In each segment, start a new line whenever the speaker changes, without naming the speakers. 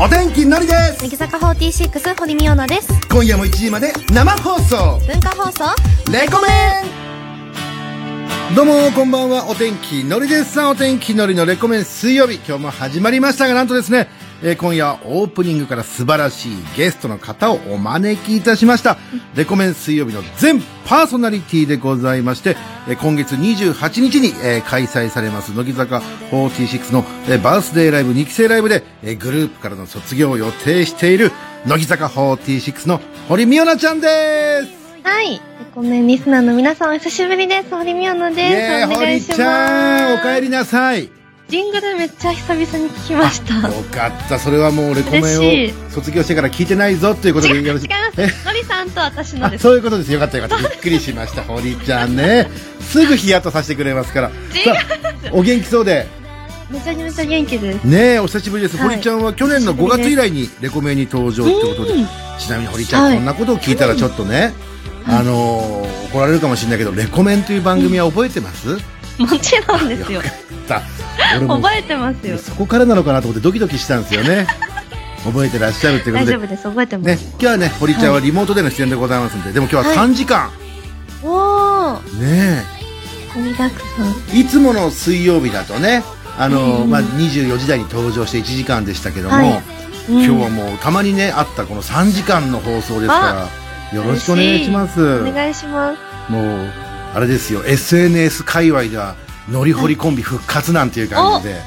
お天気のりです
乃木坂46堀美央奈です
今夜も1時まで生放送
文化放送
レコメンどうもこんばんはお天気のりですさんお天気のりのレコメン水曜日今日も始まりましたがなんとですね、えー今夜はオープニングから素晴らしいゲストの方をお招きいたしましたレコメン水曜日の全パーソナリティでございまして、えー今月28日に、えー開催されます乃木坂46の、えーバースデーライブ2期生ライブで、えーグループからの卒業を予定している乃木坂46の堀美央奈ちゃんです
はいレコメンリスナーの皆さんお久しぶりです堀美央奈
イエ
です
ーイ
お願い
堀
します
ちゃん、おかえりなさい。
ジングルめっちゃ久々に聞きました
よかった、それはもうレコメ
嬉し
ンを卒業してから聞いてないぞということで
違う違い
よろ
ます
しえ
のりさんと私の
あ
です
そういうことですよかったよかったびっくりしました堀ちゃんねすぐヒヤッとさせてくれますから
違う
さあお元気そうで
めちゃめちゃ元気です
ねえお久しぶりです、
はい
堀ちゃんは去年の5月以来にレコメンに登場ってことで
うん
ちなみに堀ちゃん、
はい
こんなことを聞いたらちょっとね、あのー怒られるかもしれないけどレコメンという番組は覚えてます、
もちろんですよ
さあ俺も
覚えてますよ
そこからなのかなと思ってドキドキしたんですよ ね覚えてらっしゃるというこ
大
と
丈
で
夫です覚えてます、
ね、今日はね堀ちゃんはリモートでの出演でございますんで、でも今日は3時間、
おお
ね
盛りだくさん
えいつもの水曜日だとねあの、まあ、24時台に登場して1時間でしたけども、
はいうん
今日はもうたまにねあったこの3時間の放送ですからよろしくお願いします
お願いします
もうあれですよ SNS 界隈ではノリホリコンビ復活なんていう感じで、ね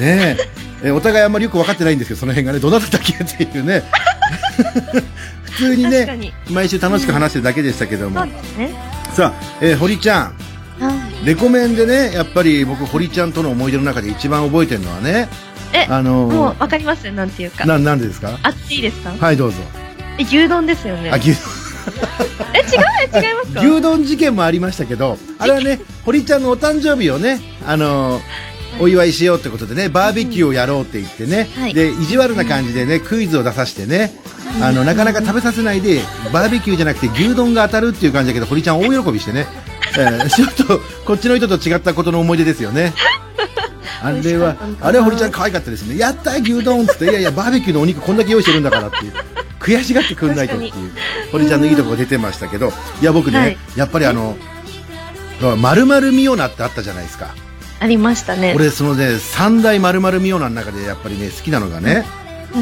ええお互いあんまりよく分かってないんですけどその辺がねどなただっけっていう ね普通に
確か
ね
に
毎週楽しく話してるだけでしたけども、
そうですね
さあ、えー堀ちゃん
はい
レコメンでねやっぱり僕堀ちゃんとの思い出の中で一番覚えてるのはね
え
あの
もうわかりますなんていうか
ななんでですか
あっていいですか
はいどうぞ
え牛丼ですよね
あ牛
え違うえ違いますか
牛丼事件もありましたけどあれはね堀ちゃんのお誕生日をねあのお祝いしようってことでねバーベキューをやろうって言ってね、
はい
で意地悪な感じでねクイズを出させてねあのなかなか食べさせないでバーベキューじゃなくて牛丼が当たるっていう感じだけど堀ちゃん大喜びしてね、えー ちょっとこっちの人と違ったことの思い出ですよね。あれは
美味しかったのかな
あれは堀ちゃん可愛かったですねやったー牛丼っつっていやいやバーベキューのお肉こんだけ用意してるんだからっていう悔しがってくんないとっていう
確
堀ちゃんのいいとこが出てましたけどいや僕ね、
はい
やっぱりあの「まるまるミオナ」ってあったじゃないですか
ありましたね
俺そのね三大まるまるミオナの中でやっぱりね好きなのがね、
はい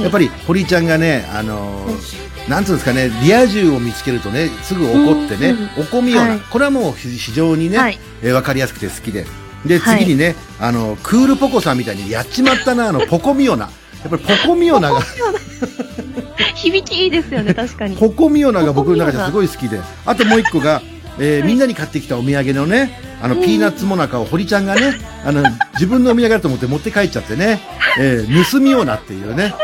やっぱり堀ちゃんがねあのーなんつうんですかねリア充を見つけるとねすぐ怒ってね、おこみような、
はい
これはもう非非常にね、
はい
えーわかりやすくて好きでで
はい
次にね、あのクールポコさんみたいにやっちまったなあのポコミオナやっぱりポコミオナが
響きいいですよね確かに
ポコミオナが僕の中
ポコミオ
で
ナ
すごい好きであともう一個が、えーみんなに買ってきたお土産のねあのピーナッツもなかを堀ちゃんがねあの自分のお土産だと思って持って帰っちゃってね、えー盗みようなっていうね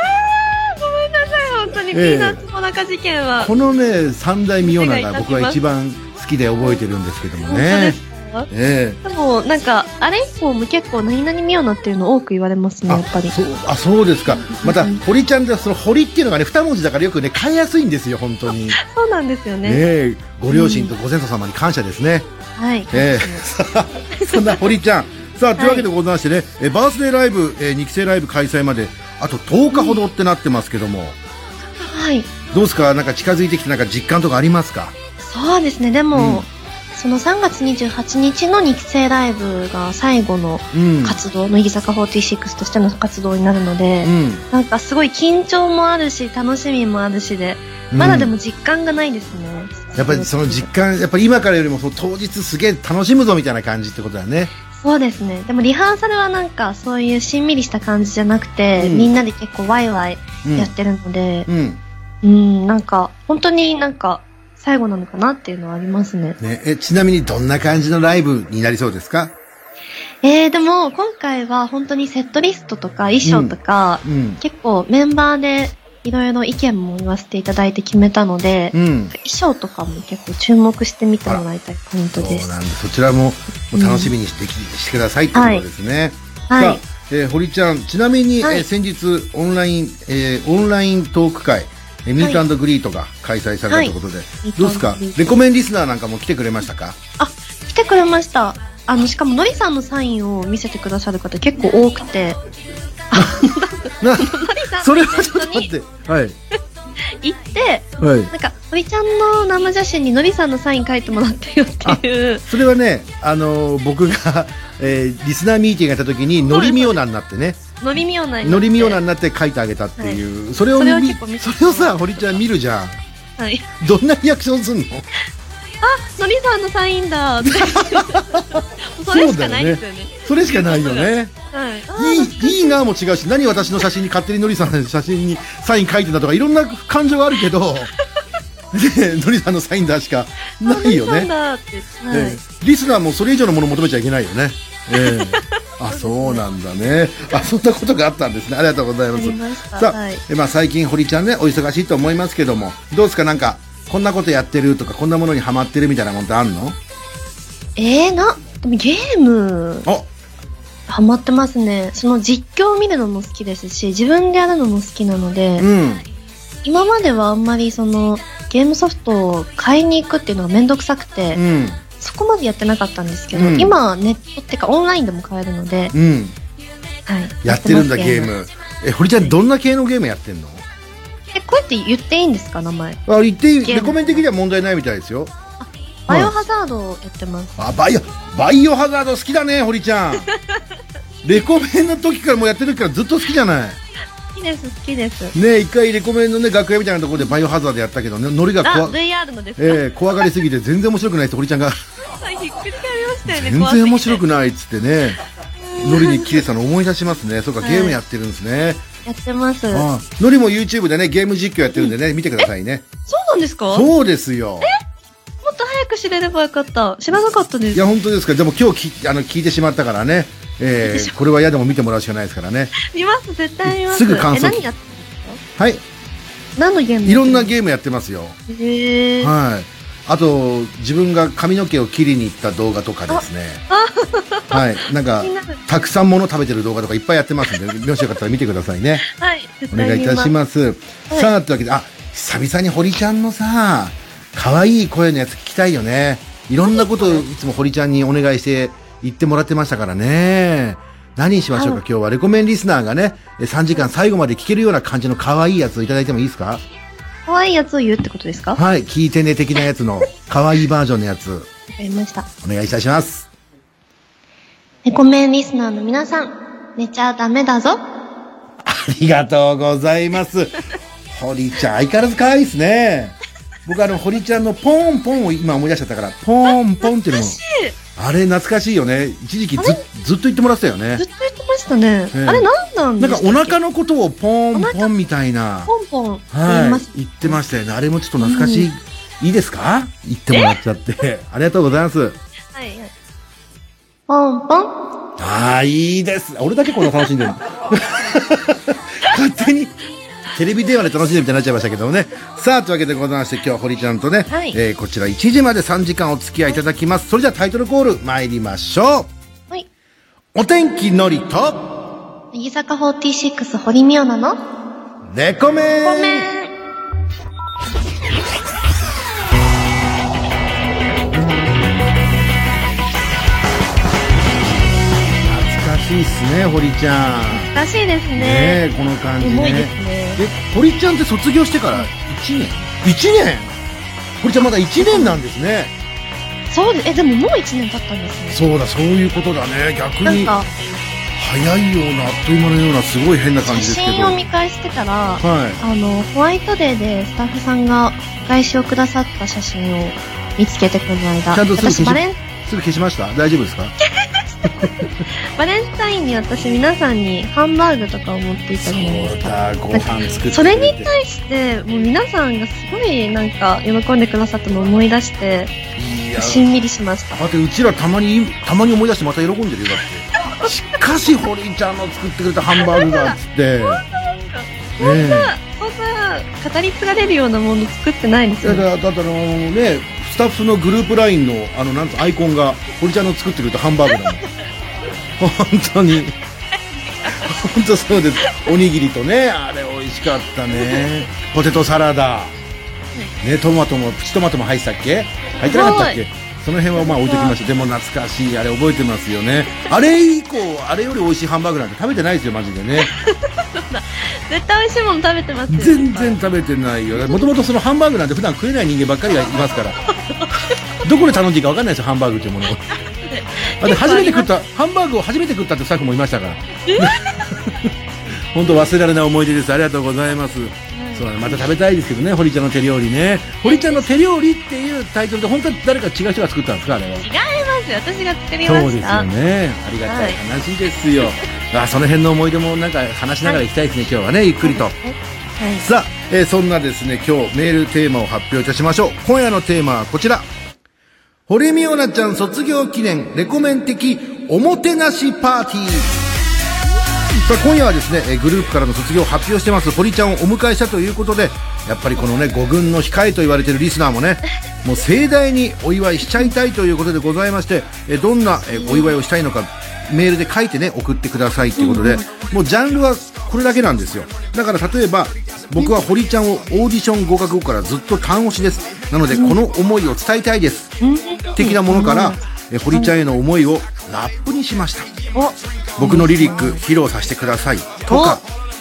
ごめんなさい本当に
ええ
ピーナッツもなか事件は
このね三大ミオナが僕
お願いい
は
たします
一番好きで覚えてるんですけども
本当で
ね
す、か
え
でもなんかあれ以降も結構何々ミオナっていうの多く言われます
え
ねやっぱり
あそうあそうですかまた堀ちゃんってその堀っていうのがね二文字だからよくね変えやすいんですよ本当にね
そうなんですよね
えご両親とご先祖様に感謝ですね、
はい、
えーさあ そんな堀ちゃん、さあというわけでございましてね、えーバースデーライブ、えー、2期生ライブ開催まであと10日ほどってなってますけども、
はい
どうですか、なんか近づいてきて、なんか実感とかありますか、
そうですねでも、その3月28日の2期生ライブが最後の
うん、
活動、乃木坂46としての活動になるので、
うん、
なんかすごい緊張もあるし楽しみもあるしで
うん
まだでも実感がないですね、
やっぱりその実感、やっぱり今からよりもその当日、すげえ楽しむぞみたいな感じってことだね、
そうですねでもリハーサルはなんかそういうしんみりした感じじゃなくて、
うん
みんなで結構ワイワイ
うん
やってるので
うん
うん、なんか本当になんか最後なのかなっていうのはありますね
ね、えちなみにどんな感じのライブになりそうですか、
えー、でも今回は本当にセットリストとか衣装とか、
うん
結構メンバーでいろいろ意見も言わせていただいて決めたので、
うん、
衣装とかも結構注目してみてもらいたいポイント
そう
です。
なんですそちらももう楽しみにしてき、してくださいってことですね。
はい
さ
はい
あ、えー堀ちゃん、ちなみに、
はい
えー先日オンライン、えーオンライントーク会、えー、ミートグリートが開催されたということで、
い
どうですか
Meet and Greet
レコメンリスナーなんかも来てくれましたか
あ、来てくれました。あの、しかものりさんのサインを見せてくださる方結構多くて、あな
な
んのりさん
それ
のイ
はちょっと
ベ
待
ントに
って。はい。
行って、
はい。
なんか、おいちゃんの生写真にのりさんのサイン書いてもらったよって いう。
それはね、あのー僕が、 えーリスナーミーティングやった時に、ノリミオナになってね、
のりみおなになって
ノリミオナになって書いてあげたっていう、それを
それは
み
結構見てた
それをさ、堀ちゃん見るじゃん。
はい。
どんなリアクションすんの
のりさんのサインだって。 それしかないですよね。
それしかないよね。
はい。
いい、いいなも違うし、何私の写真に勝手にノリさんの写真にサイン書いてたとか、いろんな感情があるけど、ね ノリさんのサインだしかないよ
のりさ
ね。
んだって。は
ええリスナーもそれ以上のものを求めちゃいけないよね。ええあ、そうなんだね。あ、そんなことがあったんですね。ありがとうございま
い。あり
す。
ました。
さあ、
はい。
えまあ最近堀ちゃんね、お忙しいと思いますけども、どうですかなんか、こんなことやってるとか、こんなものにハマってるみたいなもんってあんの
えー、な、でもゲーム、
あ、
ハマってますね。その実況を見るのも好きですし、自分でやるのも好きなので
う、ん。
今まではあんまりその、ゲームソフトを買いに行くっていうのがめんどくさくて、
うん。
そこまでやってなかったんですけど、
うん
今はネットってかオンラインでも買えるので、
うん。
はい。
やってるんだ、
やっ
ゲ
て
ー
ます。
ム。え、堀ちゃん、どんな系のゲームやってんの
え、こうやって言っていいんですか、名前。
あ、言っていい、
ゲー
レ
ム
コメン的には問題ないみたいですよ。
バイオハザードをやってます。
あ、バイオ、バイオハザード好きだね、堀ち ゃん。レコメンの時からもうやってる時からずっと好きじゃない。
好きです、好きです。
ね一回レコメンのね、楽屋みたいなところでバイオハザードやったけどね、ノリが
あ、
怖、
VR のですか、
えー怖がりすぎて全然面白くないって堀ちゃん が、
はいひっくり返りましたよね、
全然面白
く
くないっつってね、ノリに切れてたの思い出しますね。そうか、
はい
ゲームやってるんですね。
やってます。そう
あノリも YouTube でね、ゲーム実況やってるんでね、見てくださいね。
なんですかもっ
そうですよ。
と早く知れればよかった。知らなかったで
い
す。
や、本当ですか。でも今日きあの聞いてしまったからね。えーこれは嫌でも見てもらうしかないですからね。
見ます、絶対見ます。
すぐ感想
え何やって
はい。
何のゲーム
いろんなゲームやってますよ。
ーム。へー。
はい。あと、自分が髪の毛を切りに行った動画とかですね。はい。なんか
気になる、
たくさんもの食べてる動画とかいっぱいやってますん で、もしよかったら見てくださいね。
はい、絶
お願
対
いい
見
た
ます。
します。
はい
さあ、というわけで、あ、久々に堀ちゃんのさ、可愛い声のやつ聞きたいよね。いろんなことをいつも堀ちゃんにお願いして言ってもらってましたからね。何にしましょうか
はい
今日はレコメンリスナーがね、え3時間最後まで聞けるような感じの可愛いやつをいただいてもいいですか
可愛いやつを言うってことですかわか
はい、聞いてね的なやつ の可愛いバージョンのやつ、
りました。
お願いいたします。
レコメンリスナーの皆さん、寝ちゃダメだぞ。
ありがとうございます。堀ちゃん、相変わらず可愛いですね。僕あの、堀ちゃんのポンポンを今思い出しちゃったから、ポンポンっていうのも、あれ懐かしいよね。一時期ずずっと言ってもらってたよね
ず。っと言ってましたね。
ええ
あれ何なん
な
で
ん
す
か
か
お腹のことをポンポンみたいな、
ポンポンって言い
は
ま
い
す。、
言ってましたよね。あれもちょっと懐かしい。いいですか言ってもらっちゃって。ありがとうございます。
はい。ポンポン。
ああ、いいです。俺だけこんな楽しん でる。勝手に。テレビ電話で楽しんでるみたいになっちゃいましたけどもね。さあ、というわけでございまして、今日は堀ちゃんとね、
はい
えーこちら1時まで3時間お付き合いいただきます。それじゃあタイトルコール参りましょ
は
う。
い。
お天気のりと、
乃木坂46堀美央奈の
レコメン
ごめん。
懐かしいっすね、堀ちゃん。
らしいですね。
ねえ、この感じ
重いで
ね
す。ね。
え、堀ちゃんって卒業してから1年 ?1 年堀ちゃんまだ1年なんですね。
そうです。え、でももう1年経ったんですね。
そうだ、そういうことだね。逆
なん
に。
か、
早いようなあっという間のようなすごい変な感
写
じですけど
真を見返してたら、
はい
あの、ホワイトデーでスタッフさんがお返しをくださった写真を見つけてくる間、
ちゃんとすぐ
私
消し
バレン、
すぐ消しました大丈夫ですか
バレンタインに私皆さんにハンバーグとかを持っていったじゃないですか。
ご作
それに対して、もう皆さんがすごいなんか喜んでくださったのを思い出して、
いや
しんみりしました。
待ってうちらたまにたまに思い出してまた喜んでるよだってしかし堀井ちゃんの作ってくれたハンバーグがっつってねえ
そんな語り継がれるようなもの作ってないんですよ
だからだってあのねスタッフのグループラインのあのなんつうアイコンが堀井ちゃんの作ってくれたハンバーグなの 本当に 本当そうですおにぎりとねあれ美味しかったねポテトサラダねトマトもプチトマトも入ってたっけ入ってなかったっけその辺はまあ置いときましたでも懐かしいあれ覚えてますよねあれ以降あれより美味しいハンバーグなんて食べてないですよマジでね
絶対美味しいもの食べてますよ。
全然食べてないよもともとそのハンバーグなんて普段食えない人間ばっかりがいますからどこで頼んでいいか分かんないですよハンバーグというものをあで初めて食ったハンバーグを初めて食ったってスタッフもいましたから本当忘れられない思い出ですありがとうございます、そうだねまた食べたいですけどね堀ちゃんの手料理ね堀ちゃんの手料理っていうタイトルで本当は誰か違う人が作ったんですかあれは
違いますよ。私が作りました。
そうですよねありがたい話ですよ、あその辺の思い出もなんか話しながら行きたいですね、今日はねゆっくりと、
はい。
さあ、えーそんなですね、今日メールテーマを発表いたしましょう。今夜のテーマはこちら。堀美央奈ちゃん卒業記念レコメン的おもてなしパーティー。さあ今夜はですね、えーグループからの卒業を発表してます堀ちゃんをお迎えしたということで、やっぱりこのね、五軍の控えと言われてるリスナー もね、もう盛大にお祝いしちゃいたいということでございまして、えーどんなえーお祝いをしたいのか、メールで書いてね、送ってくださいということで、もうジャンルはこれだけなんですよ。だから例えば、僕は堀ちゃんをオーディション合格後からずっと単押しです。なので、この思いを伝えたいです。的なものから、え堀ちゃんへの思いをラップにしました。
お、
僕のリリック披露させてくださいとか、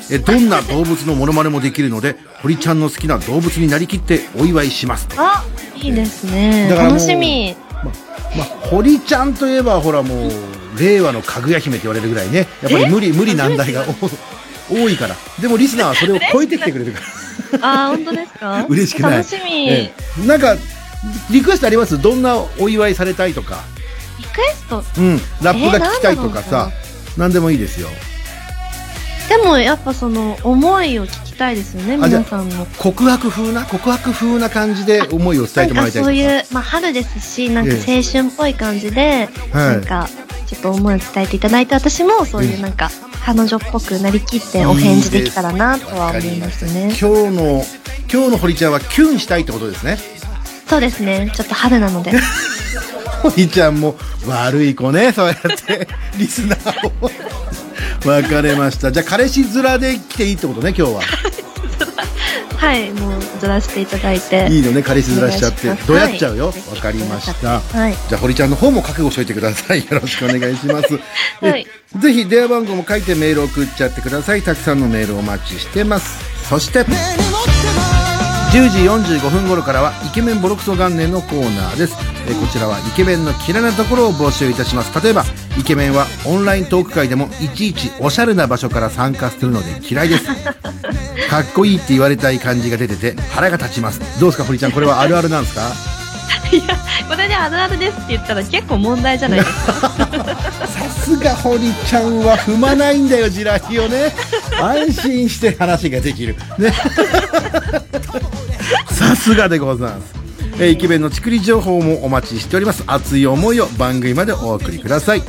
えどんな動物のモノマネもできるので、堀ちゃんの好きな動物になりきってお祝いします。
あ、いいですね。
だからもう
楽しみ。
まあ、堀ちゃんといえばほらもう令和のかぐや姫と言われるぐらいねやっぱり無理無理難題が多い多い からでもリスナーはそれを超えてきてくれるから
あー、本当ですか
嬉しくない
楽しみ。
ええなんかリクエストありますどんなお祝いされたいとか、
リクエスト。
うん、ラップが聞きたいとか
えーなんだろ
さ
うな、
何でもいいですよ
でもやっぱその思いを聞きたいですよね、
あじゃあ
皆さんの。
告白風な告白風な感じで思いを伝えても
な
らいたい
んか
と
そ
か
ういう、まあ春ですし、なんか
ええ
青春っぽい感じで、
はい
なんかちょっと思いを伝えていただいて、私もそういうなんか彼女っぽくなりきってお返事できたらなとは思いますね。
今日の今日の堀ちゃんはキュンしたいってことですね
そうですね、ちょっと春な ので。
堀ちゃんも悪い子ねそうやって リスナーを分かれましたじゃあ彼氏面で来ていいってことね今日は
はい、もうずらしていただいて。
いいのね彼氏面しちゃっ
お
て
願いします
どうやっちゃうよ
はい
分かりました
はい
じゃあ堀ちゃんの方も覚悟しといてください よろしくお願いします、
はい
えぜひ電話番号も書いてメール送っちゃってくださいたくさんのメールお待ちしてますそして10時45分頃からはイケメンボロクソ元年のコーナーですえーこちらはイケメンの嫌いなところを募集いたします例えばイケメンはオンライントーク会でもいちいちおしゃれな場所から参加するので嫌 いですかっこいいって言われたい感じが出てて腹が立ちますどうですか堀ちゃんこれはあるあるなんですか
いや、これであるあるですって言ったら結構問題じゃないですか。
さすが堀ちゃんは踏まないんだよ地雷をね安心して話ができるねさすがでございますえーイケメンのちくり情報もお待ちしております熱い思いを番組までお送りください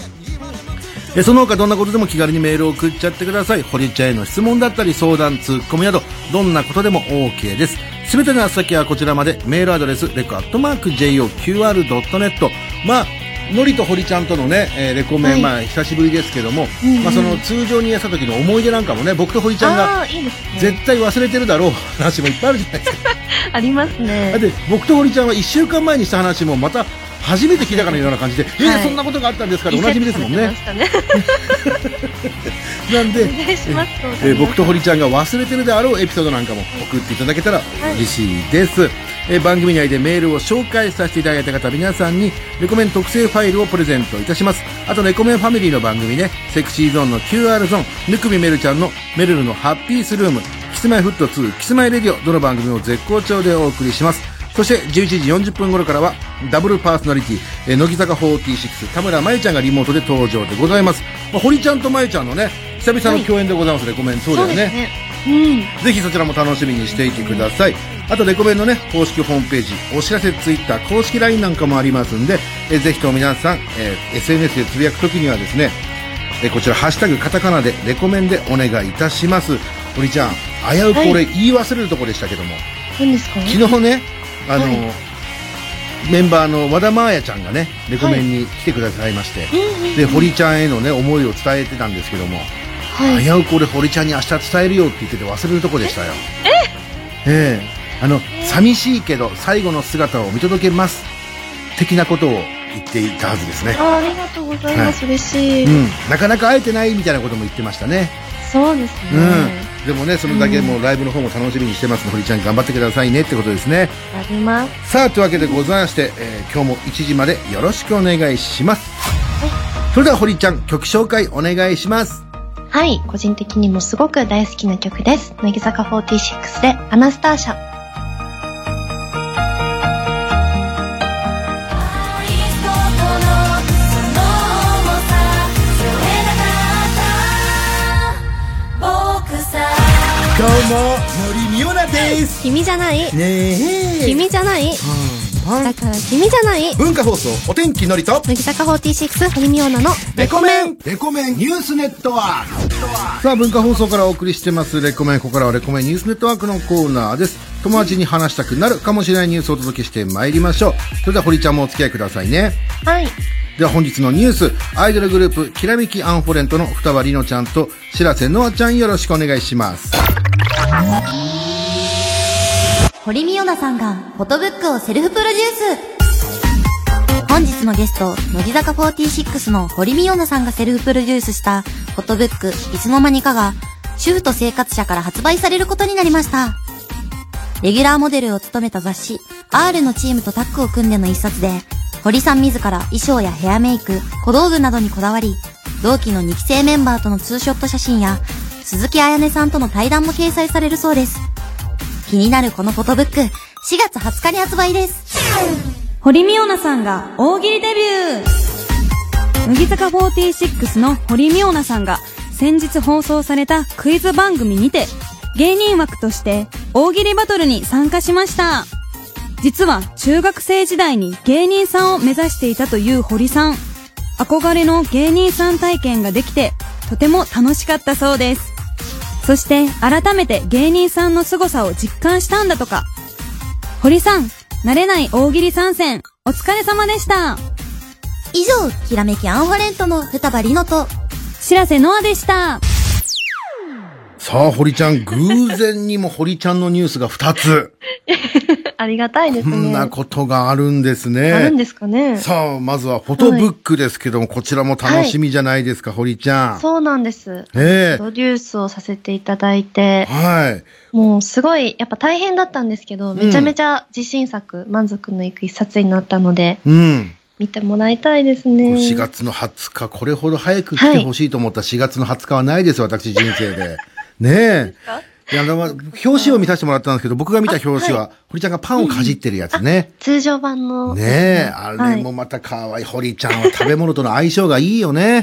えーその他どんなことでも気軽にメールを送っちゃってください堀ちゃんへの質問だったり相談ツッコミなどどんなことでも OK ですすべての宛先はこちらまでメールアドレスレコアットマーク JOQR.net まあのりと堀ちゃんとのね、えーレコメン、
はい
まあ久しぶりですけども、
んうん
まあその通常にやった時の思い出なんかもね僕と堀ちゃんが
あー、いいですね。
絶対忘れてるだろう話もいっぱいあるじゃないですか
あります
だっ
ね。
て僕と堀ちゃんは1週間前にした話もまた初めて聞いたかのような感じで、え
は
ー
い
そんなことがあったんですからおなじみですもんね
リセットされてましたね。
なんで
お願いします。どうぞ
えー僕と堀ちゃんが忘れてるであろうエピソードなんかも送っていただけたら嬉しいです、えー番組内でメールを紹介させていただいた方皆さんにレコメン特製ファイルをプレゼントいたしますあとレコメンファミリーの番組ねセクシーゾーンの QR ゾーンぬくみめるちゃんのめるるのハッピースルームキスマイフット2キスマイレディオどの番組も絶好調でお送りしますそして11時40分頃からはダブルパーソナリティ、えー乃木坂46田村真由ちゃんがリモートで登場でございます、まあ、堀ちゃんと真由ちゃんのね久々の共演でございますね、ごめんそうだよね
そうですね。
ぜひそちらも楽しみにしていてくださいあとレコメンのね公式ホームページお知らせツイッター公式 LINE なんかもありますんでえぜひとも皆さん、えー SNS でつぶやくときにはですねえこちら「ハッシュタグカタカナ」でレコメンでお願いいたします堀ちゃん危うくこ
は
れ言い忘れるとこでしたけども、
うん。何ですか
昨日ねあの、
はい
メンバーの和田真彩ちゃんがねレコメンに来てくださいまして、
うんうん
で堀ちゃんへのね思いを伝えてたんですけども、
はい。
危うく俺堀ちゃんに明日伝えるよって言ってて忘れるとこでしたよええあの寂しいけど最後の姿を見届けます的なことを言っていたはずですね
あーありがとうございます。嬉し
う
い。
ん、なかなか会えてないみたいなことも言ってましたね、
そうです
うん
ね。
でもね、それだけもうライブの方も楽しみにしてますので、堀ちゃん頑張ってくださいねってことですね。
やります。
さあ、というわけでございまして、えー今日も1時までよろしくお願いします。それでは堀ちゃん、曲紹介お願いします。
はい、個人的にもすごく大好きな曲です。乃木坂46でアナスターシャ。
「その重さ背負えなかった」「僕さ」
どうも森美奈です
君じゃない
ねえ
君じゃない
パン
だから君じゃない
文化放送、お天気のりと、
乃木坂46堀美央奈の
レコメン
レコメンニュースネットワークさあ文化放送からお送りしてますレコメンここからはレコメンニュースネットワークのコーナーです友達に話したくなるかもしれないニュースをお届けしてまいりましょうそれでは堀ちゃんもお付き合いくださいね
はい。
では本日のニュースアイドルグループきらめきアンフォレントの双葉りのちゃんと白瀬のあちゃんよろしくお願いします
堀美央奈さんがフォトブックをセルフプロデュース本日のゲスト、乃木坂46の堀美央奈さんがセルフプロデュースしたフォトブック、いつの間にかが、主婦と生活者から発売されることになりました。レギュラーモデルを務めた雑誌、R のチームとタッグを組んでの一冊で、堀さん自ら衣装やヘアメイク、小道具などにこだわり、同期の2期生メンバーとのツーショット写真や、鈴木彩音さんとの対談も掲載されるそうです。気になるこのフォトブック、4月20日に発売です。
堀美央奈さんが大喜利デビュー乃木坂46の堀美央奈さんが先日放送されたクイズ番組にて芸人枠として大喜利バトルに参加しました実は中学生時代に芸人さんを目指していたという堀さん憧れの芸人さん体験ができてとても楽しかったそうですそして改めて芸人さんの凄さを実感したんだとか堀さん、慣れない大喜利参戦、お疲れ様でした。
以上、ひらめきアンファレントの双葉りのと、
白瀬ノアでした。
さあ堀ちゃん偶然にも堀ちゃんのニュースが2つ
ありがたいです
こ
ね。
んなことがあるんですね
あるんですかね。
さあまずはフォトブックですけども、こちらも楽しみじゃないですか、堀ちゃん
そうなんです。
え
プロデュースをさせていただい
え、
て
はい。
もうすごい、やっぱ大変だったんですけど、めちゃめちゃ自信作、満足のいく一冊になったので、
うん。
見てもらいたいですね。
4月の20日、これほど早く来てほしいと思った4月の20日はないです、私人生 で。ねえ。いや、でも表紙を見させてもらったんですけど、僕が見た表紙は、堀ちゃんがパンをかじってるやつね。
通常版の。
ねえ、あれもまた可愛い。堀ちゃんは食べ物との相性がいいよ ね。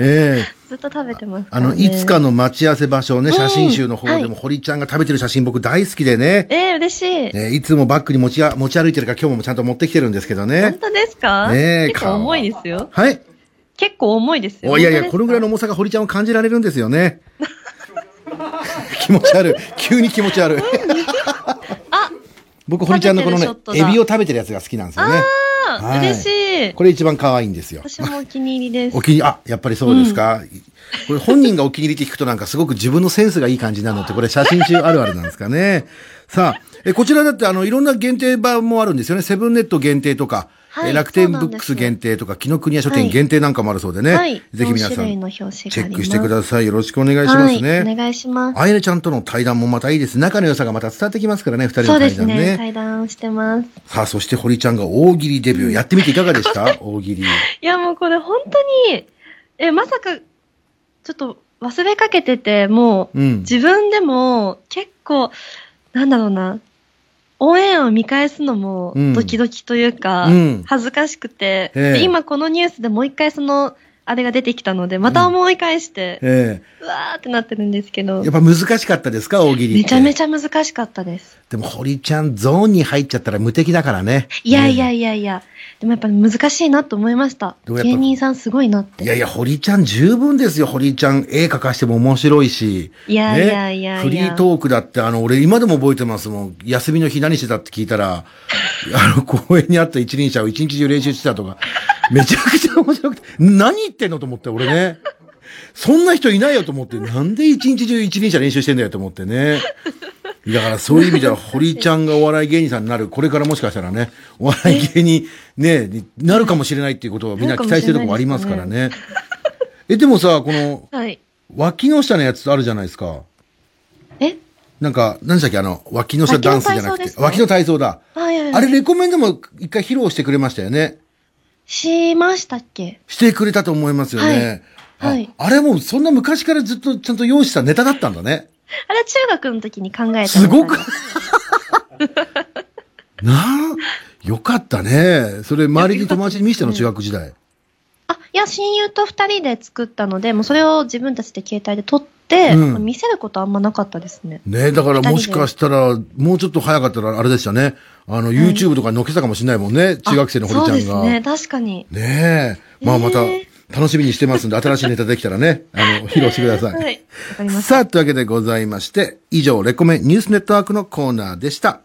ええ
ずっと食べてます
あ
らね
の、いつかの待ち合わせ場所をね、写真集の方で
は
も、堀ちゃんが食べてる写真僕大好きでね。
えー、嬉しい。
ねいつもバッグに持ちや持ち歩いてるから今日もちゃんと持ってきてるんですけど
本
ね。
当ですか
ねえ
結構重いですよ。
はい。
結構重いですよ。
おいやいや、
本
こ
当で
のぐ
すから
いの重さが堀ちゃんを感じられるんですよね。 気持ち悪い。急に気持ち悪い。僕、堀ちゃんのこのね
食べて、るショット
エ
だ
ビを食べてるやつが好きなんですよね。
あー
はい
嬉しい。
これ一番可愛いんですよ。
私もお気に入りです
お。気に、あ、やっぱりそうですか。これ本人がお気に入りって聞くとなんかすごく自分のセンスがいい感じなのって、これ写真集あるあるなんですかね。さあ、え、こちらだってあの、いろんな限定版もあるんですよね。セブンネット限定とか、
はい
え楽天
そう
ブ
なん
ッ
です
クス限定とか、紀ノ国屋書店限定なんかもあるそうでね。
はい。
ぜひ皆
4
さ
種類
ん
の、表紙があります
チェックしてください。よろしくお願いしますね。
はい、お願いします。
あやねちゃんとの対談もまたいいです。仲の良さがまた伝わってきますからね、二人
そ
の
うで
対
す
談
ね
ね。
対談をしてます。
さあ、そして堀ちゃんが大喜利デビュー。やってみていかがでした大喜利。
いや、もうこれ本当に、え、まさか、ちょっと忘れかけてて、もう、
うん。
自分でも結構、なんだろうな、オンエアを見返すのも
うん
ドキドキというか、
うん
恥ずかしくて、
ええ
で今このニュースでもう一回その、あれが出てきたので、また思い返して、
え
うわーってなってるんですけ
え
ど
やっ、ぱ難しかったですか大喜利って。
めちゃめ
ちゃ。
ちゃ難しかったです。
でも堀ちゃん、ゾーンに入っちゃったら無敵だからね。
いやいや
ね
いやいや、でもやっぱ難しいなと思いました。
どうやったの
芸人さんすごいなっ
え
て。
いやいや、堀ちゃん十分ですよ。堀ちゃん、絵描かしても面白いし。
いやいやいやいや
フリートークだって、あの、俺今でも覚えてますもん。休みの日何してたって聞いた ら、あの、公園にあった一輪車を一日中練習してたとか、めちゃくちゃ面白くて、何言ってんのと思って、俺ね。そんな人いないよと思って、なんで一日中一輪車練習してんだよと思ってね。だからそういう意味では、堀ちゃんがお笑い芸人さんになる、これからもしかしたらね、お笑い芸人、ね、になるかもしれないっていうことをみんな期待してるとこもありますからね。え、でもさ、この、
はい。
脇の下のやつあるじゃないですか。なんか、何でしたっけあの、脇の下ダンスじゃなくて。脇
脇
の
の
体操だ。
あいやいや
あれ、レコメンでも一回披露してくれましたよね。
しましたっけ
してくれたと思いますよね。
はいはい
ああれもうそんな昔からずっとちゃんと用意したネタだったんだね。
あれは中学の時に考えた
すごく
ネタで。
なあ。よかったね。それ、周りに友達に見せての中学時代。
あ、いや、親友と二人で作ったので、もうそれを自分たちで携帯で撮って、
うん
まあ見せることはあんまなかったですね。
ねだからもしかしたら、もうちょっと早かったらあれでしたね。あの、YouTube とかに載っけたかもしれないもんね。中学生の堀ちゃんが。
あそうですね、確かに。
ねえ。まあまた、楽しみにしてますんで、新しいネタできたらね、あの、披露してください。
はい。わかりました。
さあ、というわけでございまして、以上、レコメンニュースネットワークのコーナーでした。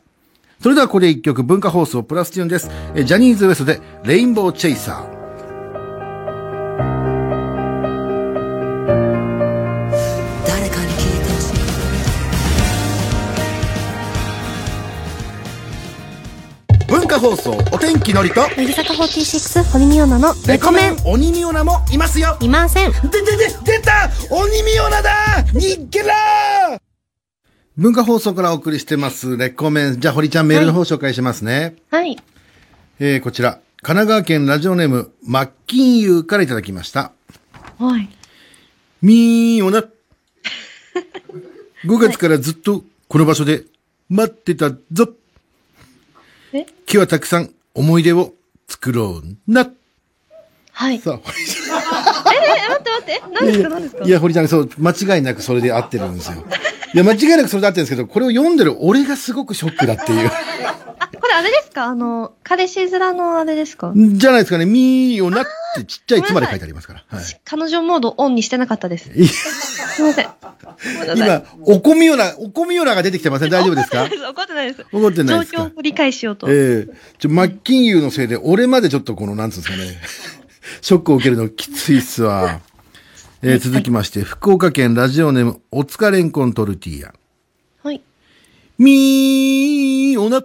それではこれ一曲、文化放送プラスチューンです。えジャニーズ WEST で、レインボーチェイサー。
誰かに聞いてほしい
文化放送、お天気のりと、
乃木坂46堀美央奈の
レコメン鬼ミオナもいますよ
いません
で、で、で、出た鬼ミオナだニッケラー文化放送からお送りしてます、レコメン。じゃあ、堀ちゃんメールの方紹介しますね。
はい。
えー、こちら、神奈川県ラジオネーム、マッキンユーからいただきました。
はい。
みーよ な。5月からずっとこの場所で待ってたぞ。
え
今日はたくさん思い出を作ろうな。
はい。
さあ、堀ち
え、待って待って。え何ですか何です
ゃ
か
ん。いや、堀ちゃん、そう、間違いなくそれで合ってるんですよ。いや、間違いなくそれで合ってるんですけど、これを読んでる俺がすごくショックだっていう。
あ、これあれですかあの、彼氏面のあれですか
じゃないですかね。みーよなってちっちゃいつまで書いてありますから。はい。
彼女モードオンにしてなかったです。
い
すいません。ごめんなさい
今、おこみよな、おこみよなが出てきてません。大丈夫ですか
怒ってないです。
怒ってないですか
状況を理解しようと。
ええちょ、マッキンユーのせいで、俺までちょっとこの、なんつうんですかね、 ショックを受けるのきついっすわ。えー続きまして、福岡県ラジオネーム、おつかれんこんトルティーヤ。
はい。
みー、おな、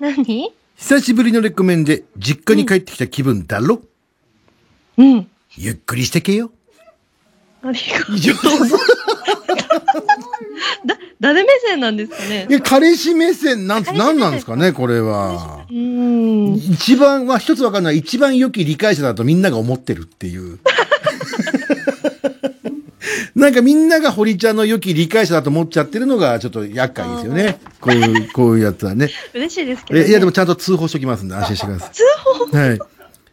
何
久しぶりのレコメンで、実家に帰ってきた気分だろ、
うん。
ゆっくりしてけよ。
ありがとう
以上 です。
誰目線なんですかね
いや、彼氏目線、なんつ、
彼氏目
な
線
んなんですかね、これは
う。ーん。
一番は、一つわかんない、一番良き理解者だとみんなが思ってるって いう。なんかみんなが堀ちゃんの良き理解者だと思っちゃってるのがちょっと厄介ですよね。こういう、こういうやつは ね。
嬉しいですけど、ね。
えいやでもちゃんと通報しときますんで安心してください。通報はい。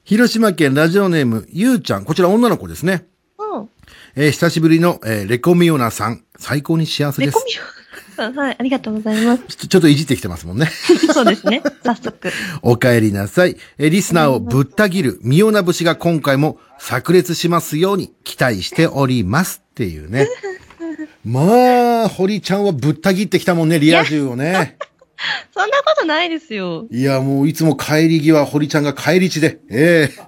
広島県ラジオネーム、ゆうちゃん。こちら女の子ですね。
うん。
えー久しぶりの、えーレコミオナさん。最高に幸せ
レ
です
コ。ミオ。はい、ありがとうございます。
ちょちょっといじってきてますもんね。
そうですね。早速。
お帰りなさい。え、リスナーをぶった切る、妙な節が今回も炸裂しますように期待しております。っていうね。まあ、堀ちゃんはぶった切ってきたもんね、リア充をね。
そんなことないですよ。
いや、もういつも帰り際、堀ちゃんが帰り地で、ええ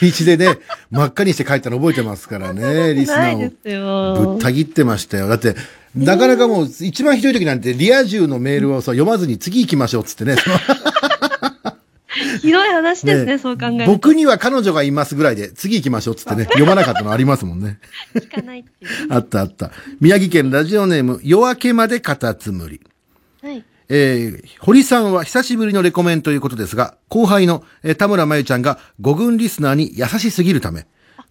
帰り地でね、真っ赤にして帰ったの覚えてますからね、リスナ
ない
ー
です
を。ぶ
よ
っ。た切ってましたよ。だって、なかなかもう、一番ひどい時なんて、リア充のメールをさ、読まずに次行きましょうっつってね、その
ひどい話ですね、
え
そう考えると。
僕には彼女がいますぐらいで、次行きましょうっつって ね、読まなかったのありますもんね。
聞かないっていう。
あったあった。宮城県ラジオネーム、夜明けまでカタツムリ。
はい。
えー、堀さんは久しぶりのレコメンということですが、後輩の、えー田村真由ちゃんが5軍リスナーに優しすぎるため、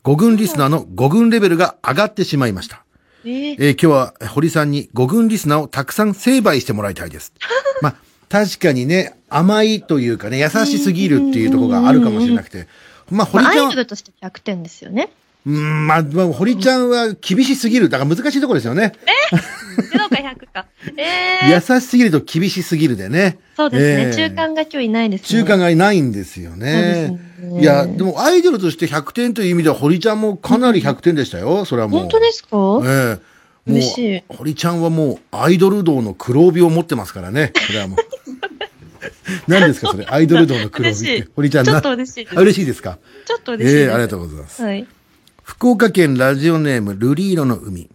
5軍リスナーの5軍レベルが上がってしまいました。
えー、
えー今日は堀さんに5軍リスナーをたくさん成敗してもらいたい です。まあ、確かにね、甘いというかね、優しすぎるっていうところがあるかもしれなくて、まあ、堀
まあ、
ちゃん
ア
は
イドルとして100点ですよね。
うーん、まあ、まあ、堀ちゃんは厳しすぎる。だから難しいところですよね。
0か100か。ええ
優しすぎると厳しすぎるでね。
そうですね。
ええ
中間が今日いないですね。
中間がないんですよね。
そうですね
いや、でもアイドルとして100点という意味では、堀ちゃんもかなり100点でしたよ。それはもう。
本当ですか、
ええもう
嬉し
堀ちゃんはもうアイドル道の黒帯を持ってますからね。それは もう。何ですかそれアイドル道の黒帯っ
嬉してい。。
堀ちゃんな
ちょっと嬉しいです。
あ嬉しいですか
ちょっと嬉しい
え
で
え
す。
ありがとうございます。
はい。
福岡県ラジオネーム、ルリーロの海。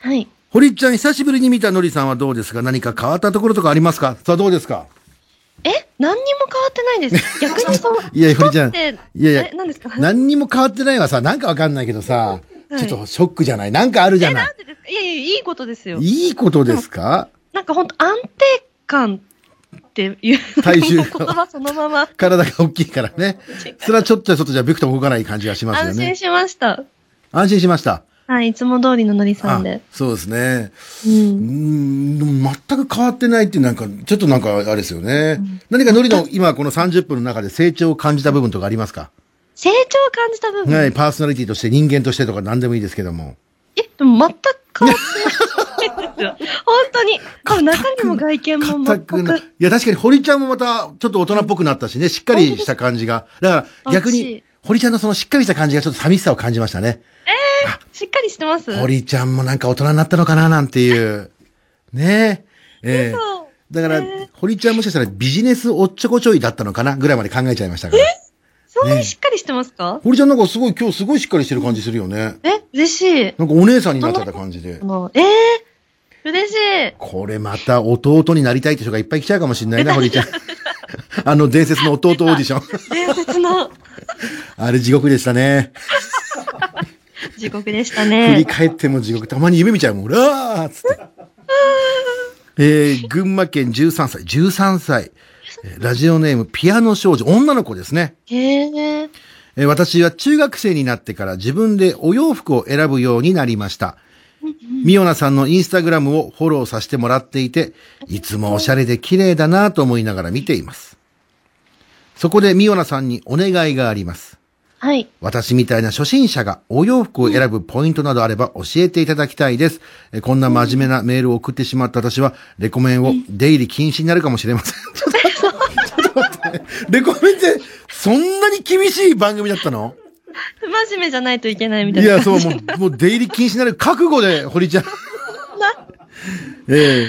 はい。
堀ちゃん、久しぶりに見たのりさんはどうですか何か変わったところとかありますかさあ、どうですか
え何にも変わってないです。逆にそう。
いや、堀ちゃん。
太って
いやいや
え、何ですか
何にも変わってないわさ、なんかわかんないけどさ、
はい
ちょっとショックじゃないなんかあるじゃない
なんでですかいやいや、いいことですよ。
いいことですか
なんか本当安定感っていう。
体重
もう言葉そのまま。
体が大きいからね。それはちょっとちょっとじゃあビクとも動かない感じがしますよ
安心
ね。
しました。
安心しました。
はい、いつも通りののりさんで。
そうですね。
う
うー
ん。
ん、でも全く変わってないってなんか、ちょっとなんかあれですよね。何かノリの今この30分の中で成長を感じた部分とかありますか、
成長を感じた部分。
はい、パーソナリティとして人間としてとか何でもいいですけども。
え、でも全く変わってないです よ。本当に。多分中身も外見も
全
全
くな。い
く。
や、確かに堀ちゃんもまたちょっと大人っぽくなったしね、しっかりした感じが。だから逆
あ嬉し
に
い、
堀ちゃんのそのしっかりした感じがちょっと寂しさを感じましたね。
しっかりしてます。
堀ちゃんもなんか大人になったのかななんていう。ねえ。ええ
そう
だから、堀ちゃんもしかしたらビジネスおっちょこちょいだったのかなぐらいまで考えちゃいましたから。
そんな
ね
にしっかりしてますか
堀ちゃんなんかすごい今日すごいしっかりしてる感じするよね。
え、嬉しい。
なんかお姉さんになってた感じで
あ。のえー、嬉しい。
これまた弟になりたいって人がいっぱい来ちゃうかもしれ ないな、堀ちゃん。あの伝説の弟オーディション。
伝説の
あれ地獄でしたね。
地獄でした
振り
ね。
返っても地獄。たまに夢見ちゃうもん。うわーっつって。えー、群馬県13歳。13歳。えーラジオネーム、ピアノ少女。女の子ですね。
へえ。
えー私は中学生になってから自分でお洋服を選ぶようになりました。ミオナさんのインスタグラムをフォローさせてもらっていて、いつもおしゃれで綺麗だなと思いながら見ています。そこでミオナさんにお願いがあります。
はい。
私みたいな初心者がお洋服を選ぶポイントなどあれば教えていただきたいです。えーこんな真面目なメールを送ってしまった私は、レコメンを出入り禁止になるかもしれません。 ちょっと待って、レコメンってそんなに厳しい番組だったの
不真面目じゃないといけないみたい
い
な。
や、そう、も う、もう出入り禁止になる覚悟で、堀ちゃん。 ええ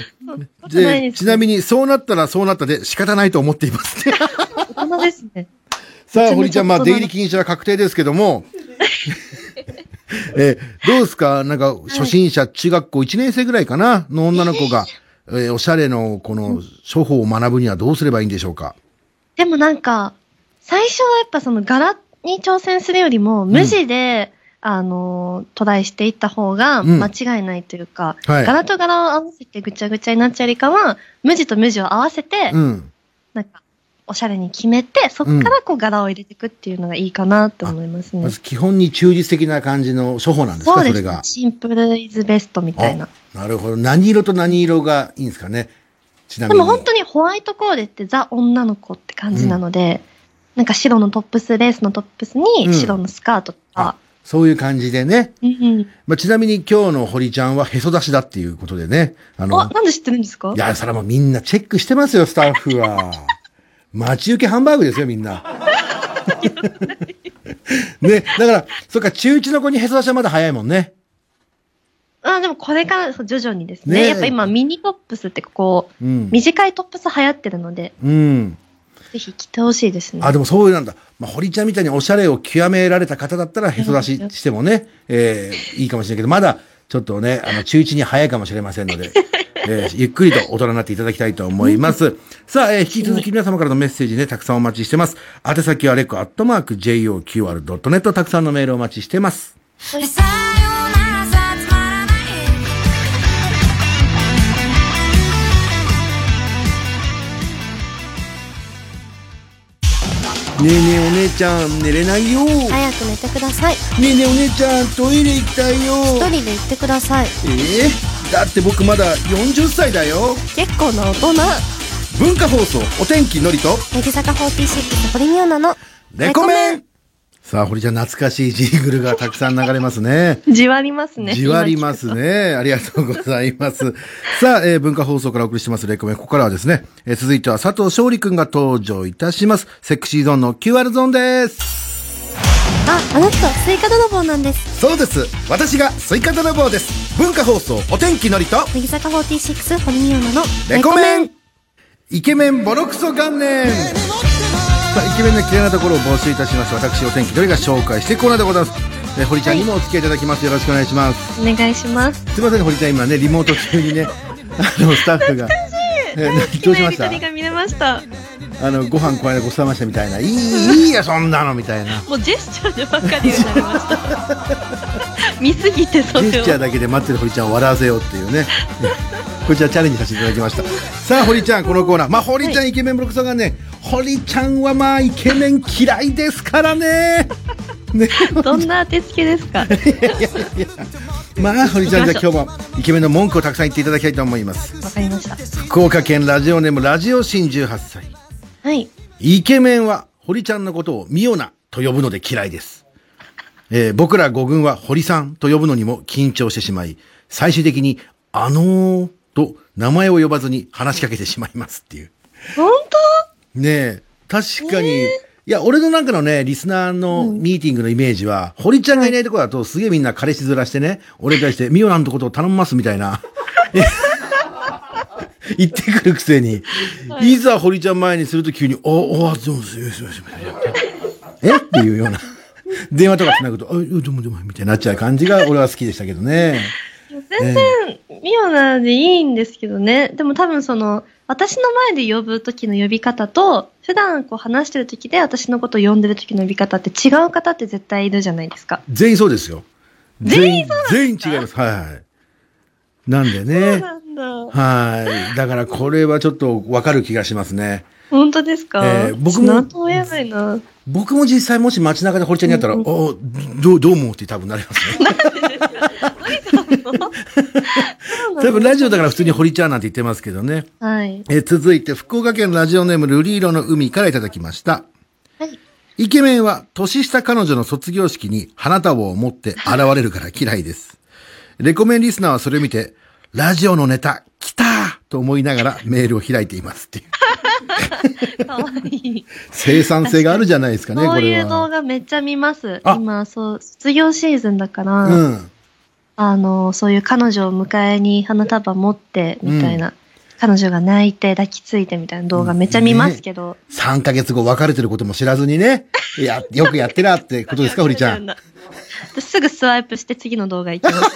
ことない
で、
です
ちなみに、そうなったらそうなったで仕方ないと思っています。
大人ですね。
さあ、
ち
堀ちゃん、まあ、
ちょっ
出
と
入り禁止は確定ですけども、 えーどうですかなんか、初心者、中学校1年生ぐらいかなの女の子が、えーおしゃれの、この、処方を学ぶにはどうすればいいんでしょうか
でもなんか、最初はやっぱその柄に挑戦するよりも、無地で、あのー、トライしていった方が
うん
間違いないというか、
はい
柄と柄を合わせてぐちゃぐちゃになっちゃうよりかは、無地と無地を合わせて、
うん。
なんか、おしゃれに決めて、そっからこう柄を入れていくっていうのがいいかなと思いますね。
まず、基本に忠実的な感じの処方なんです
そ
か
う
そ
で
れ
す
が
ね。。シンプルイズベストみたいな。
あなるほど。何色と何色がいいんですかね。ちなみ
で
に。
も本当にホワイトコーデってザ女の子って感じなので、なんか白のトップス、レースのトップス
うん
に白のスカートとか、
そういう感じでね。
うん
まあ、ちなみに今日の堀ちゃんはへそ出しだっていうことでね。あ
うん。
の
あ、、なんで知ってるんですか
いや、それはもうみんなチェックしてますよ、スタッフ は。待ち受けハンバーグですよ、みんな。ね、だから、そっか、中1の子にへそ出しはまだ早いもんね。
あ、でもこれからそう徐々にですね。
ねえ
やっぱ今ミニトップスってこう、
うん。
短いトップス流行ってるので、
うん。
ぜひ着てほしいですね。
あ、でもそういうなんだ。まあ、堀ちゃんみたいにおしゃれを極められた方だったら、へそ出ししてもね、えーいいかもしれないけど、まだ、ちょっとね、あの、中1に早いかもしれませんの で、えーゆっくりと大人になっていただきたいと思います。さあ、えー引き続き皆様からのメッセージね、たくさんお待ちしてます。宛先はレコアットマーク JOQR.net たくさんのメールをお待ちしてます。
さよならさつまらない
ねえねえお姉ちゃん、寝れないよ。ね
早く寝てください。
えねえお姉ちゃん、トイレ行きたいよ。
一人で行ってください。
えーだって僕まだ40歳だよ。
結構な大人。
文化放送、お天気のりと、
乃木坂46堀美央奈の
レコメンさあ、堀ちゃん、懐かしいジーグルがたくさん流れます ね。
じわりますね。
じわりますね。ありがとうございます。 さあ、えー文化放送からお送りしてます、レコメン。ここからはですね、えー続いては佐藤勝利くんが登場いたします。セクシーゾーンの QR ゾーンです。
あ、あの人、スイカ泥棒なんです。
そうです。私がスイカ泥棒です。文化放送、お天気のりと、
乃木坂46堀美央奈の
レコメンイケメンボロクソ元年さあイケメンの嫌いなところを募集いたします私お天気どれが紹介していくコーナーでございますえー堀ちゃんにもお付き合いいただきますよろしくお願いします
お願いします。
すいません堀ちゃん今ねリモート中にねあのスタッフがえーどうしまし
大好きなやりとり
た
が見れました。
あのご飯この間ごちそうさまでしたみたいないいいいよそんなのみたいな
もうジェスチャーでばっかり言うようになりました。 見すぎてそ
ジェ
れ
ス
を
チャーだけで待ってる堀ちゃんを笑わせようっていうね こちらチャレンジさせていただきましたさあ堀ちゃんこのコーナーまあ堀ちゃんイケメンブロックさんがね堀ちゃんはまあイケメン嫌いですからね ね
どんな当てつけです か
いやいやいやまあ堀ちゃんじゃあ今日もイケメンの文句をたくさん言っていただきたいと思います
わかりました
福岡県ラジオネームラジオ新18歳
はい
イケメンは堀ちゃんのことをミオナと呼ぶので嫌いです。えー僕ら五軍は堀さんと呼ぶのにも緊張してしまい、最終的にあのーと名前を呼ばずに話しかけてしまいますっていう。
本
ねえ、確かに、いや、俺のなんかのね、リスナーのミーティングのイメージは、堀ちゃんがいないとこだとすげえみんな彼氏面してね、俺に対してミオナのことを頼みますみたいな。言ってくるくせに、い、ざ堀ちゃん前にすると急に、お、お、どうもすいません、すいません。えっていうような。電話とか繋ぐと、あ、どうもどうも、みたいになっちゃう感じが俺は好きでしたけどね。
当全然ミオナでいいんですけどねでも多分その私の前で呼ぶ時の呼び方と普段こう話してる時で私のことを呼んでる時の呼び方って違う方って絶対いるじゃないですか
全員そうですよ。全員、全員違います。はいはい。なんでね。
なんだ
はい。だからこれはちょっとわかる気がしますね。
本当ですか、
えー僕も
なんとも言えないな
僕も実際もし街中で堀ちゃんに会ったら、おおどう、どうもって多分なります ね。多分ラジオだから普通に堀ちゃんなんて言ってますけどね。
はい
えー続いて福岡県ラジオネームルリーロの海からいただきました。イケメンは年下彼女の卒業式に花束を持って現れるから嫌いです。レコメンリスナーはそれを見て、ラジオのネタ、来たーと思いながらメールを開いていますっていう。
かわいい
生産性があるじゃないですかね、
こ
こ
うい
れ
う動
は。
画めっちゃ見ます。
あ
今、そう、卒業シーズンだから、
うん。
あの、そういう彼女を迎えに花束持って、みたいな、彼女が泣いて抱きついてみたいな動画めっちゃ見ますけど。
3ヶ月後別れてることも知らずに ね、いや、よくやってなってことですか、堀ちゃん。
私すぐスワイプして次の動画行きます。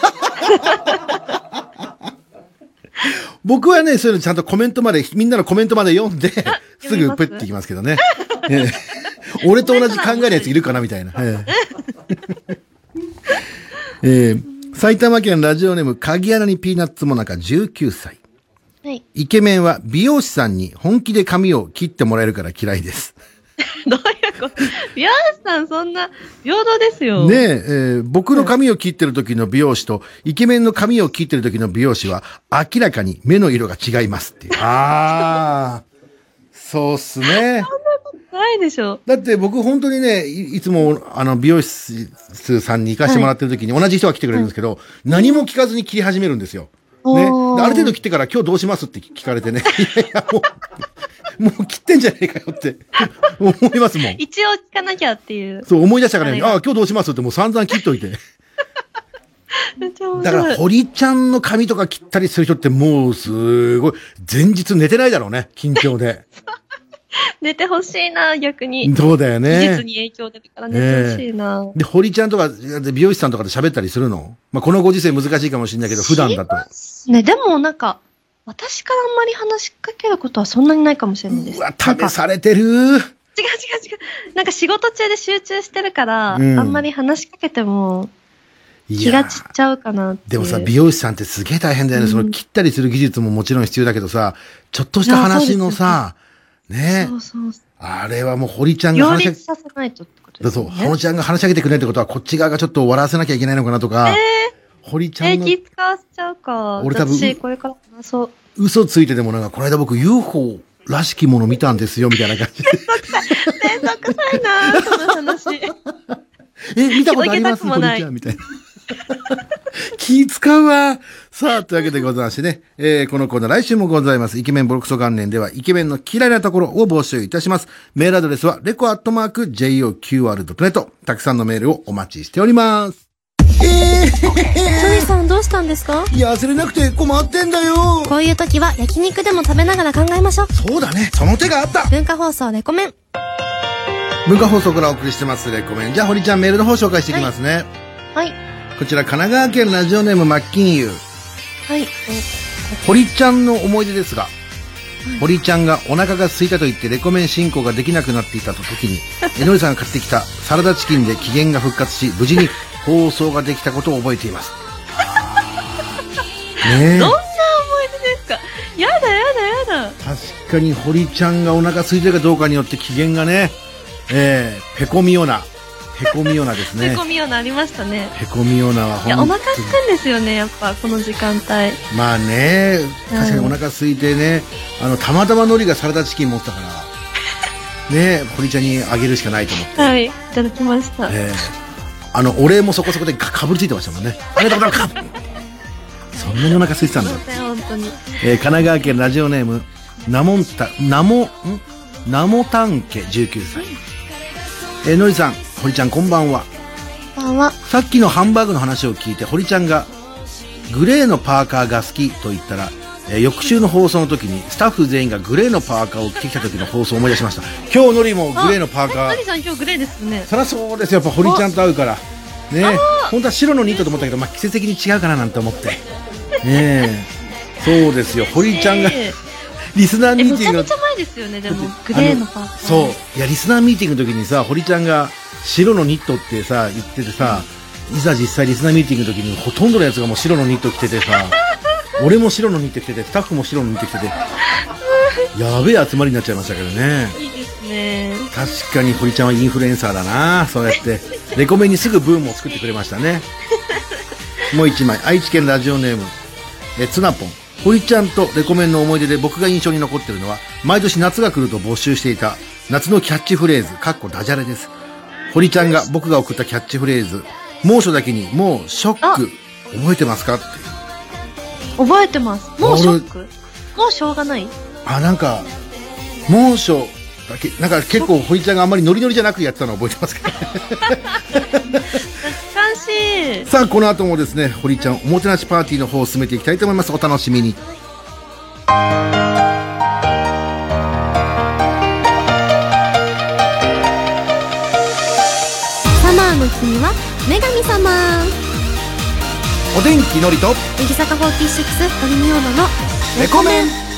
僕はね、そういうのちゃんとコメントまで、みんなのコメントま で読んで、すぐプッていきますけどね。ええ俺と同じ考えるやついるかなみたいな。え えええ埼玉県ラジオネーム、鍵穴にピーナッツもなか19歳。
はい。
イケメンは美容師さんに本気で髪を切ってもらえるから嫌いです。
どういうことビアースさん、そんな、平等ですよ。
ねえ、えー僕の髪を切ってる時の美容師と、イケメンの髪を切ってる時の美容師は、明らかに目の色が違いますっていう。ああ、そうっすね。
ないでしょ。
だって僕本当にね、いいつもあの美容室さんに行かしてもらってる時に同じ人が来てくれるんですけど、何も聞かずに切り始めるんですよ。ね。
おー
である程度切ってから今日どうしますって聞かれ てね。いやいや、もう、もう切ってんじゃねえかよって思いますもん。
一応聞かなきゃっていう。
そう思い出したからね、
は
あ
い
あ、今日どうしますってもう散々切っといて。
めっちゃ面
だか
白
ら、
い。
堀ちゃんの髪とか切ったりする人ってもうすごい、前日寝てないだろうね、緊張 で。
寝てほしいな、逆に。
そうだよ
技
ね
術。に影響出てから寝てほしいな。
で、堀ちゃんとか、美容師さんとかで喋ったりするのまあ、このご時世難しいかもしれないけど、普段だと。
ね、でもなんか、私からあんまり話しかけることはそんなにないかもしれないです。
うわ、
なん
試
か
されてる。
違う違う違う。なんか仕事中で集中してるから、
うん
あんまり話しかけても
い
気
や
が散っちゃうかなっていう。
でもさ、美容師さんってすげえ大変だよね。その切ったりする技術ももちろん必要だけどさ、ちょっとした話のさ、ね
そうそうそ
あれはもう堀ちゃ
う。
んが
両
話しか
立
け、
させないとってこと
だ
です
そう、
よね。
堀ちゃんが話しかけてくれないってことは、こっち側がちょっと終わらせなきゃいけないのかなとか、堀ちゃ
え
ん
ー、
の
気使わせちゃうか。
俺多分
私、これから話そう。
嘘ついてでもなんか、この間僕 UFO らしきもの見たんですよ、みたいな感 じで。
め んどくさいなその話。
え、見たことあります堀
広げたくもない
ちゃんみたいな。気使うわ。さあ、というわけでございましてね、えーこのコーナー来週もございます。イケメンボロクソ元年では、イケメンの嫌いなところを募集いたします。メールアドレスは、レコアットマーク JOQR.net。たくさんのメールをお待ちしております。
ソニーさんどうしたんですか
いや、忘れなくて困ってんだよ。
こういう時は焼肉でも食べながら考えましょう。
そうだね。その手があった。
文化放送レコメン。
文化放送からお送りしてます。レコメン。じゃあ、堀ちゃんメールの方紹介していきますね。
はい。
こちら神奈川県ラジオネームマッキンユー。
はい。え
堀ちゃんの思い出ですが、堀ちゃんがお腹が空いたと言ってレコメン進 行ができなくなっていた時に、えのりさんが買ってきたサラダチキンで機嫌が復活し、無事に放送ができたことを覚えてい ます。ねえ
どんな思い出ですかやだやだやだ。
確かに堀ちゃんがお腹空いてるかどうかによって機嫌がね、えー、ペコミオナ。ペコミオナです
へ
ね
こ。みようなりましたね。
ペコミオナはい
や、お
本当
腹
に
空くんですよね、やっぱ、この時間帯。
まあね、確かに
うん
お腹空いてね、あの、たまたま海苔がサラダチキン持ってたから、ね、堀ちゃんにあげるしかないと思って。
はい、いただきました。
ええあの、お礼もそこそこでかかぶりついてましたもんね。ありがとうございます。そんなにお腹空いてたんだ。
すいません本当に。
えー神奈川県ラジオネーム、ナモンタ、ナモ、んナモタンケ19歳。えーのりさん、堀ちゃんこんばんは。
こんばんは。
さっきのハンバーグの話を聞いて、堀ちゃんが、グレーのパーカーが好きと言ったら、えー翌週の放送の時に、スタッフ全員がグレーのパーカーを着てきた時の放送を思い出しました。今日のりもグレーのパーカ
あ
ー
えの。りさん今日グレーですね。
そりゃそうですよ、やっぱ堀ちゃんと会うから。ね本当は白のニットと思ったけど、まあ、季節的に違うかななんて思って。ねえ。そうですよ、堀ちゃんが、
え
リスナー
え
ミ
め
ーティ
ちゃ
ング
め
の
ちゃ前ですよね、でも、グレーのパーカー。
そういやリスナーミーティングの時にさ堀ちゃんが白のニットってさ言っててさ、いざ実際リスナーミーティングの時にほとんどのやつがもう白のニット着ててさ俺も白のニット着ててスタッフも白のニット着ててやべえ集まりになっちゃいましたけどね
いいですね。
確かに堀ちゃんはインフルエンサーだなそうやってレコメンにすぐブームを作ってくれましたねもう一枚愛知県ラジオネームえツナポン堀ちゃんとレコメンの思い出で僕が印象に残ってるのは毎年夏が来ると募集していた夏のキャッチフレーズかっこダジャレです堀ちゃんが僕が送ったキャッチフレーズ猛暑だけにもうショック覚えてますかっていう
覚えてます。もうショックもうしょうがない
あなんか猛暑だけなんか結構堀ちゃんがあんまりノリノリじゃなくやってたの覚えてますけど
懐かしい。
さあこの後もですね堀ちゃんおもてなしパーティーの方を進めていきたいと思いますお楽しみに
サマーの君は、女神様。
お天気のりと
乃木坂46、堀美央奈の、
レコメン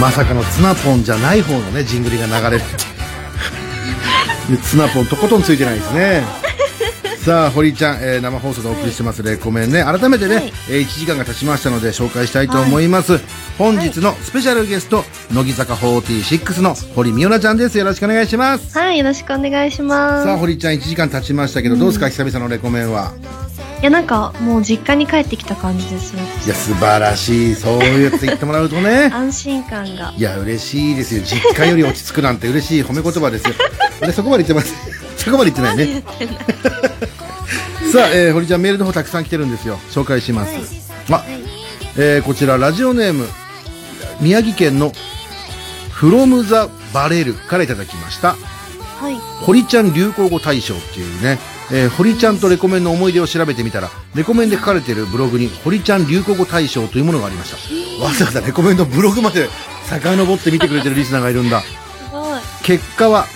まさかのツナポンじゃない方のねジングリが流れるでツナポンとことんついてないですねさあ堀井ちゃん、えー生放送でお送りしてます、レコメンね改めてね、えー1時間が経ちましたので紹介したいと思います、本日のスペシャルゲスト乃木坂46の堀美央奈ちゃんですよろしくお願いします
はい、よろしくお願いします。
さあ堀ちゃん1時間経ちましたけど、どうですか久々のレコメンはい
や、なんか、もう実家に帰ってきた感じです。
いや素晴らしいそういうやつ言ってもらうと ね
安心感が。
いや嬉しいですよ実家より落ち着くなんて嬉しい褒め言葉ですよ俺そこまで言ってます そこまで言ってないねさあ、えー、堀ちゃんメールの方たくさん来てるんですよ紹介します、あ、えーこちらラジオネーム宮城県のフロムザバレルからいただきました
はい。
堀ちゃん流行語大賞っていうね、えー堀ちゃんとレコメンの思い出を調べてみたら、レコメンで書かれているブログに、堀ちゃん流行語大賞というものがありました。わざわざレコメンのブログまで遡って見てくれてるリスナーがいるんだ。
すごい。
結果は、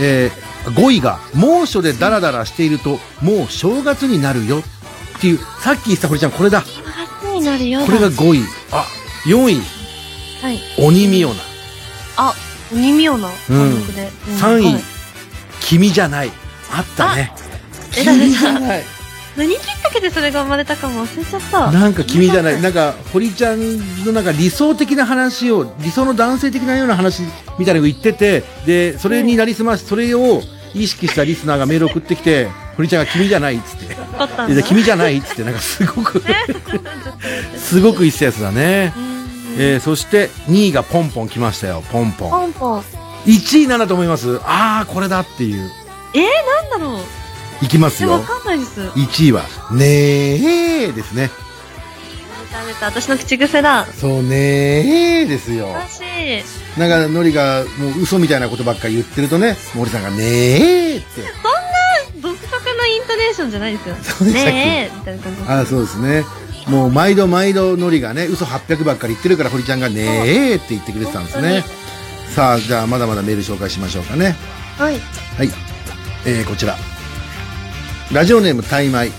えー5位が、猛暑でダラダラしていると、もう正月になるよっていう、さっき言ってた堀ちゃん、これだ。
夏になるよ。
これが5位。あ、4位、
はい。
鬼見よな。
あ、鬼妙な感覚で。
3位、
はい
君じゃない。あったね。
えだめ
君じゃ
だ。
ない。
何きっかけでそれが生まれたかも忘れちゃった。
なんか君じゃない、なんか堀ちゃんのなんか理想的な話を、理想の男性的なような話みたいなのを言ってて、で、それになりすまし、それを意識したリスナーがメールを送ってきて、堀ちゃんが君じゃないっつって、い
わかったん
や
だ。
君じゃないっつって、なんかすごく、すごく一やつだね。えー、そして2位がポンポン来ましたよ、ポンポン。
ポンポン。
1位なんだと思いますあー、これだっていう。
えー、なんだろう。
いきます
え、わ
よ。
かんないです。
1位は、ねーですね。
ダメだ。私の口癖だ。
そう、ねーですよ。
難しい。
なんかノリがもう嘘みたいなことばっかり言ってるとね森さんが「ねえ」って
独特のイントネーションじゃないですよ。
うでしたっけ
ねえ、みたいな感じ。
ああそうですねもう毎度毎度ノリがね嘘800ばっかり言ってるから堀ちゃんが「ねえ」って言ってくれてたんですねさあじゃあまだまだメール紹介しましょうかね
はい。
はいえー、こちらラジオネームタイマイ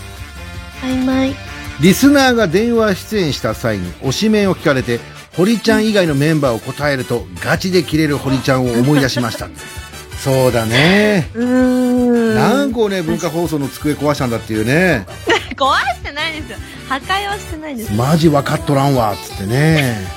曖昧。
リスナーが電話出演した際に推しメンを聞かれて堀ちゃん以外のメンバーを答えるとガチでキレる堀ちゃんを思い出しましたそうだね
うーん。
何個ね文化放送の机壊したんだっていうね
壊してないですよ。破壊はしてないです。
マジ分かっとらんわっつって ね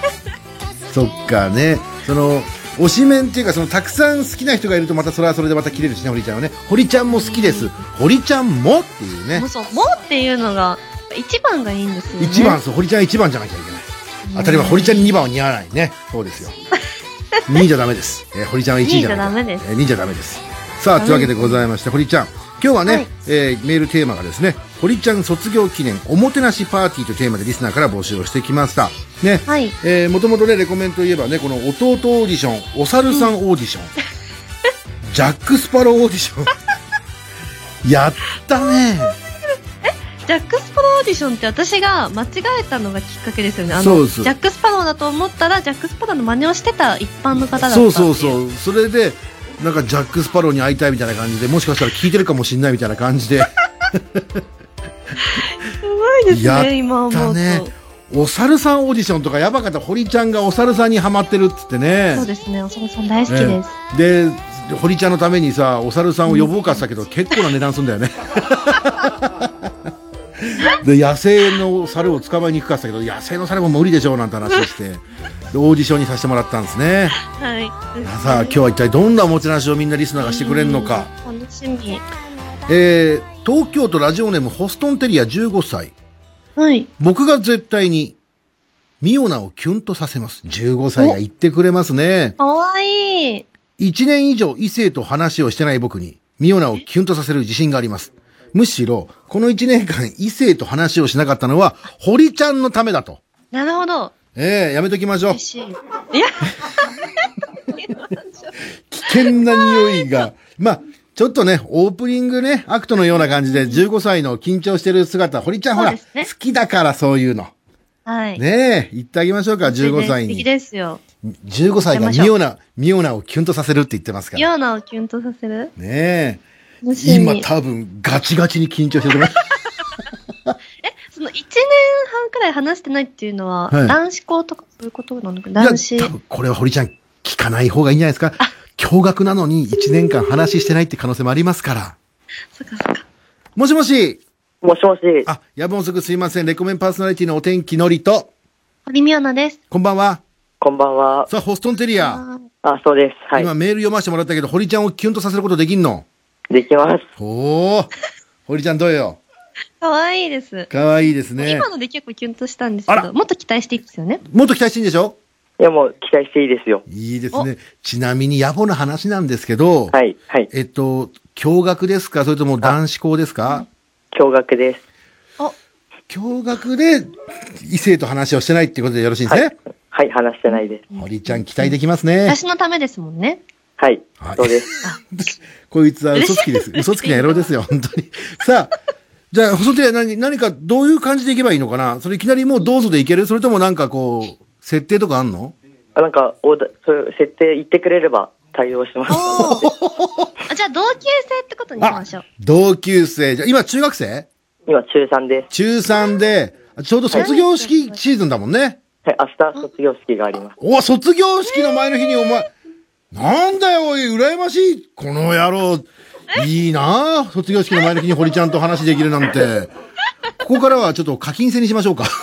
そっかねその推しメンっていうかそのたくさん好きな人がいるとまたそれはそれでまた切れるしね堀ちゃんはね堀ちゃんも好きです堀ちゃんもっていうね
もうそう、もうっていうのが、一番がいいんですよ、ね。
一番そう堀ちゃん一番じゃなきゃいけない当たり前堀ちゃんに2番は似合わないねそうですよ2位じゃダメです、えー堀ちゃんは1位じゃない
二位じゃダメです
2位じゃダメですさあというわけでございまして堀ちゃん今日はね、えーメールテーマがですね堀ちゃん卒業記念おもてなしパーティーというテーマでリスナーから募集をしてきましたね、
はい
えー、もともとねレコメンといえばねこの弟オーディションお猿さんオーディション、ジャック・スパローオーディ ションやったね
ジャックスパロオーディションって私が間違えたのがきっかけですよね。あの
そうです
ジャックスパローだと思ったら、ジャックスパローの真似をしてた一般の方だったって
そ
いう
そう
う。
そうそれでなんかジャック・スパローに会いたいみたいな感じでもしかしたら聞いてるかもしれないみたいな感じで
すごいです
やっ
ね、今思
た
うと。
ねお猿さんオーディションとかやばかった堀ちゃんがお猿さんにハマってるっつってね
そうですね、おそばさん大好きです。
ええで堀ちゃんのためにさお猿さんを呼ぼうかしたけど、結構な値段すんだよ ねで野生の猿を捕まえに行くかしたけど野生の猿も無理でしょうなんて話をしてでオーディションにさせてもらったんですね
はい。
さあ今日は一体どんなおもてなしをみんなリスナーがしてくれるのか、
楽しみ。
えー東京都ラジオネームホストンテリア15歳。
はい。
僕が絶対に、ミオナをキュンとさせます。15歳が言ってくれますね。
かわいい。
1年以上異性と話をしてない僕に、ミオナをキュンとさせる自信があります。むしろ、この1年間異性と話をしなかったのは、堀ちゃんのためだと。
なるほど。
ええやめときまし ょう
嬉。しい。いや、
危険な匂いが。まあ、ちょっとね、オープニングね、アクトのような感じで15歳の緊張してる姿、堀ちゃんほら、
そうですね
好きだからそういうの。
はい。
ねえ、言ってあげましょうか、15歳
素敵
に。
ですよ。
15歳が
やりましょう
ミオナ、ミオナをキュンとさせるって言ってますか
イ
ら。
オナをキュンとさせる
ね
楽
え、
しみ
今多分ガチガチに緊張してると思います。
その1年半くらい話してないっていうのは、
はい
男子校とかそういうことなのか
いや
男子。
多分これは堀ちゃん聞かない方がいいんじゃないですか。驚愕なのに1年間話してないって可能性もありますから。
そっかそっか。
もしもし、
もしもし、
あ、やぶ遅くすいません、レコメンパーソナリティのお天気のりと、
堀美央奈です。
こんばんは。
こんばんは。
さあ、ホストンテリア。
あ、そうです。はい。
今メール読ませてもらったけど、堀ちゃんをキュンとさせることできんの
できます。
ほー。堀ちゃんどうよ。
かわいいです。
かわいいですね
今。ので結構キュンとしたんですけ
あら
ど、もっと期待していいですよね。
もっと期待していいんでしょ
いや、もう期待していいですよ。
いいですね。ちなみに野暮な話なんですけど、
はい、はい。
えっと、共学ですかそれとも男子校ですか
驚愕です。
共学で異性と話をしてないってことでよろしいんですね。
はい、話してないです。
堀ちゃん期待できますね。
私のためですもんね。
はい
はい、
そ うです。
こいつは嘘つきです。嘘つきな野郎 ですよ、本当に。さあ、じゃあ、細手は何、何かどういう感じでいけばいいのかなそれいきなりもうどうぞでいけるそれともなんかこう、設定とかあんの
あなんか、オーダー、そういう設定言ってくれれば対応します。
あじゃあ同級生ってことにしましょう。
同級生。じゃあ、今中学生
今、中3です。
中3で、ちょうど卒業式シーズンだもんね。
はい、明日卒業式があります。
お、卒業式の前の日にお前、なんだよ、おい、羨ましい。この野郎。いいなあ卒業式の前の日に堀ちゃんと話できるなんて。ここからはちょっと課金制にしましょうか。さ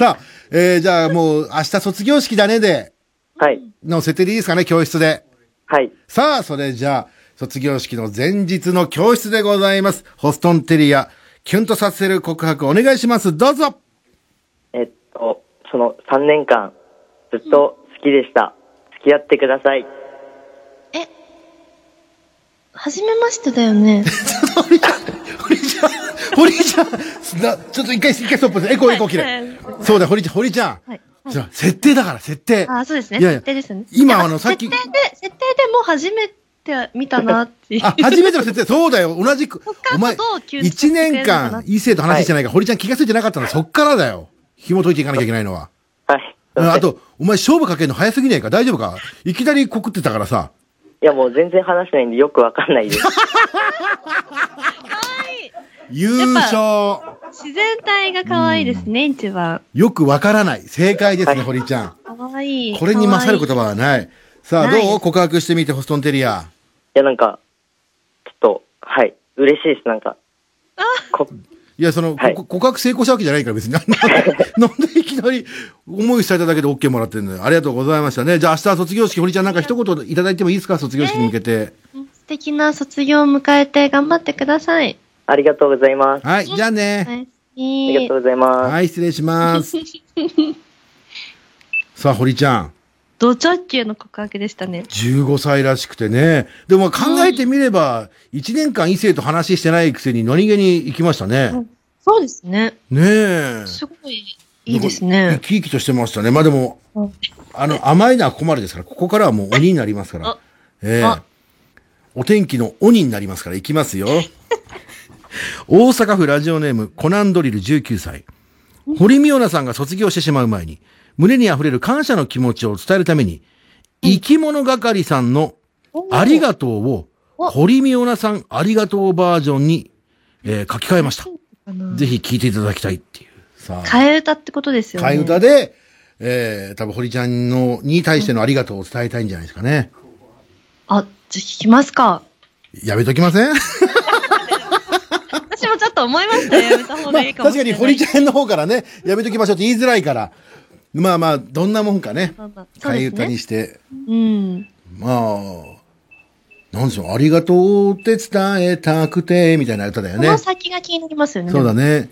あ、えー、じゃあもう、明日卒業式だねで、
はい、
の設定でいいですかね、教室で。
はい、
さあ、それじゃあ、卒業式の前日の教室でございます。ホストンテリア、キュンとさせる告白お願いします。どうぞ
えっと、その3年間、ずっと好きでした。付き合ってください。
はじめましてだよね。
堀ちゃん、堀ちゃん、 堀ちゃん、なちょっと一回、一回ストップです。エコー、エコー切
は
れ
い。
そうだ、堀ちゃん、堀ちゃん。
はい。
じゃあ設定だから、設定。
あ、そうですね。
いやいや
設定ですよね。
今
いや
あのさっき
設定で、設定でもう初めて見たなっていう。
あ、初めての設定、そうだよ、同じく
そっか。
お前
どう、急に
一年
させてくれるのかな
間、異性と話してないから、堀ちゃん気がついてなかったの、そっからだよ。紐解いていかなきゃいけないのは。
はい。
うんあと、お前勝負かけるの早すぎないか大丈夫かいきなり告ってたからさ。
いや、もう全然話してないん でよくわかんないです。
優勝
自然体が可愛いですね、一番。
よくわからない。正解ですね、堀ちゃん。
可愛い。
これに勝る言葉はない。さあ、
ない
どう告白してみて、ホストンテリア。
や、なんか、ちょっと、はい、嬉しいです。なんか、こ
いや、その、
はい
こ告白成功したわけじゃないから別に。なん でなんでいきなり思いされただけで OK もらってるのよ。ありがとうございましたね。じゃあ明日卒業式、堀ちゃんなんか一言いただいてもいいですか卒業式に向けて。
素敵な卒業を迎えて頑張ってください。
ありがとうございます。あ
はい、じゃあね。
はい。
りがとうございます。
はい、失礼し ます。さあ、堀ちゃん、
ド直球の告白でしたね。
15歳らしくてね。でもまあ考えてみれば、1年間異性と話してないくせに何気に行きましたね。
そうですね。
ねえ。
すごいいいですね。
生き生きとしてましたね。まあでも
うん、
あの、甘いのはここまでですから、ここからはもう鬼になりますから
あ。
ええ
あ
お天気の鬼になりますから、いき ますよ。大阪府ラジオネーム、コナンドリル19歳。堀美央奈さんが卒業してしまう前に、胸に溢れる感謝の気持ちを伝えるために、生き物係さんのありがとうを、
お
堀美央奈さんありがとうバージョンに、えー書き換えました。ぜひ聴いていただきたいっていう。さあ。
替え歌ってことですよね。
替え歌で、えー、多分堀ちゃんの、に対してのありがとうを伝えたいんじゃないですかね。
あ、じゃあ聞きますか。
やめときません
私もちょっと思いましたよ。やめた方
ま
がい
あ、
いかも
確
し
か
れな
に
い。
堀ちゃんの方からね、やめときましょうって言いづらいから。まあまあ、どんなもんかね
まあまあ。そう
替
です
え
ね
歌にして。
うん。
まあ、なんでしょう、ありがとうって伝えたくて、みたいな歌だよ
こ
ね
の。先が気になりますよね。
そうだね。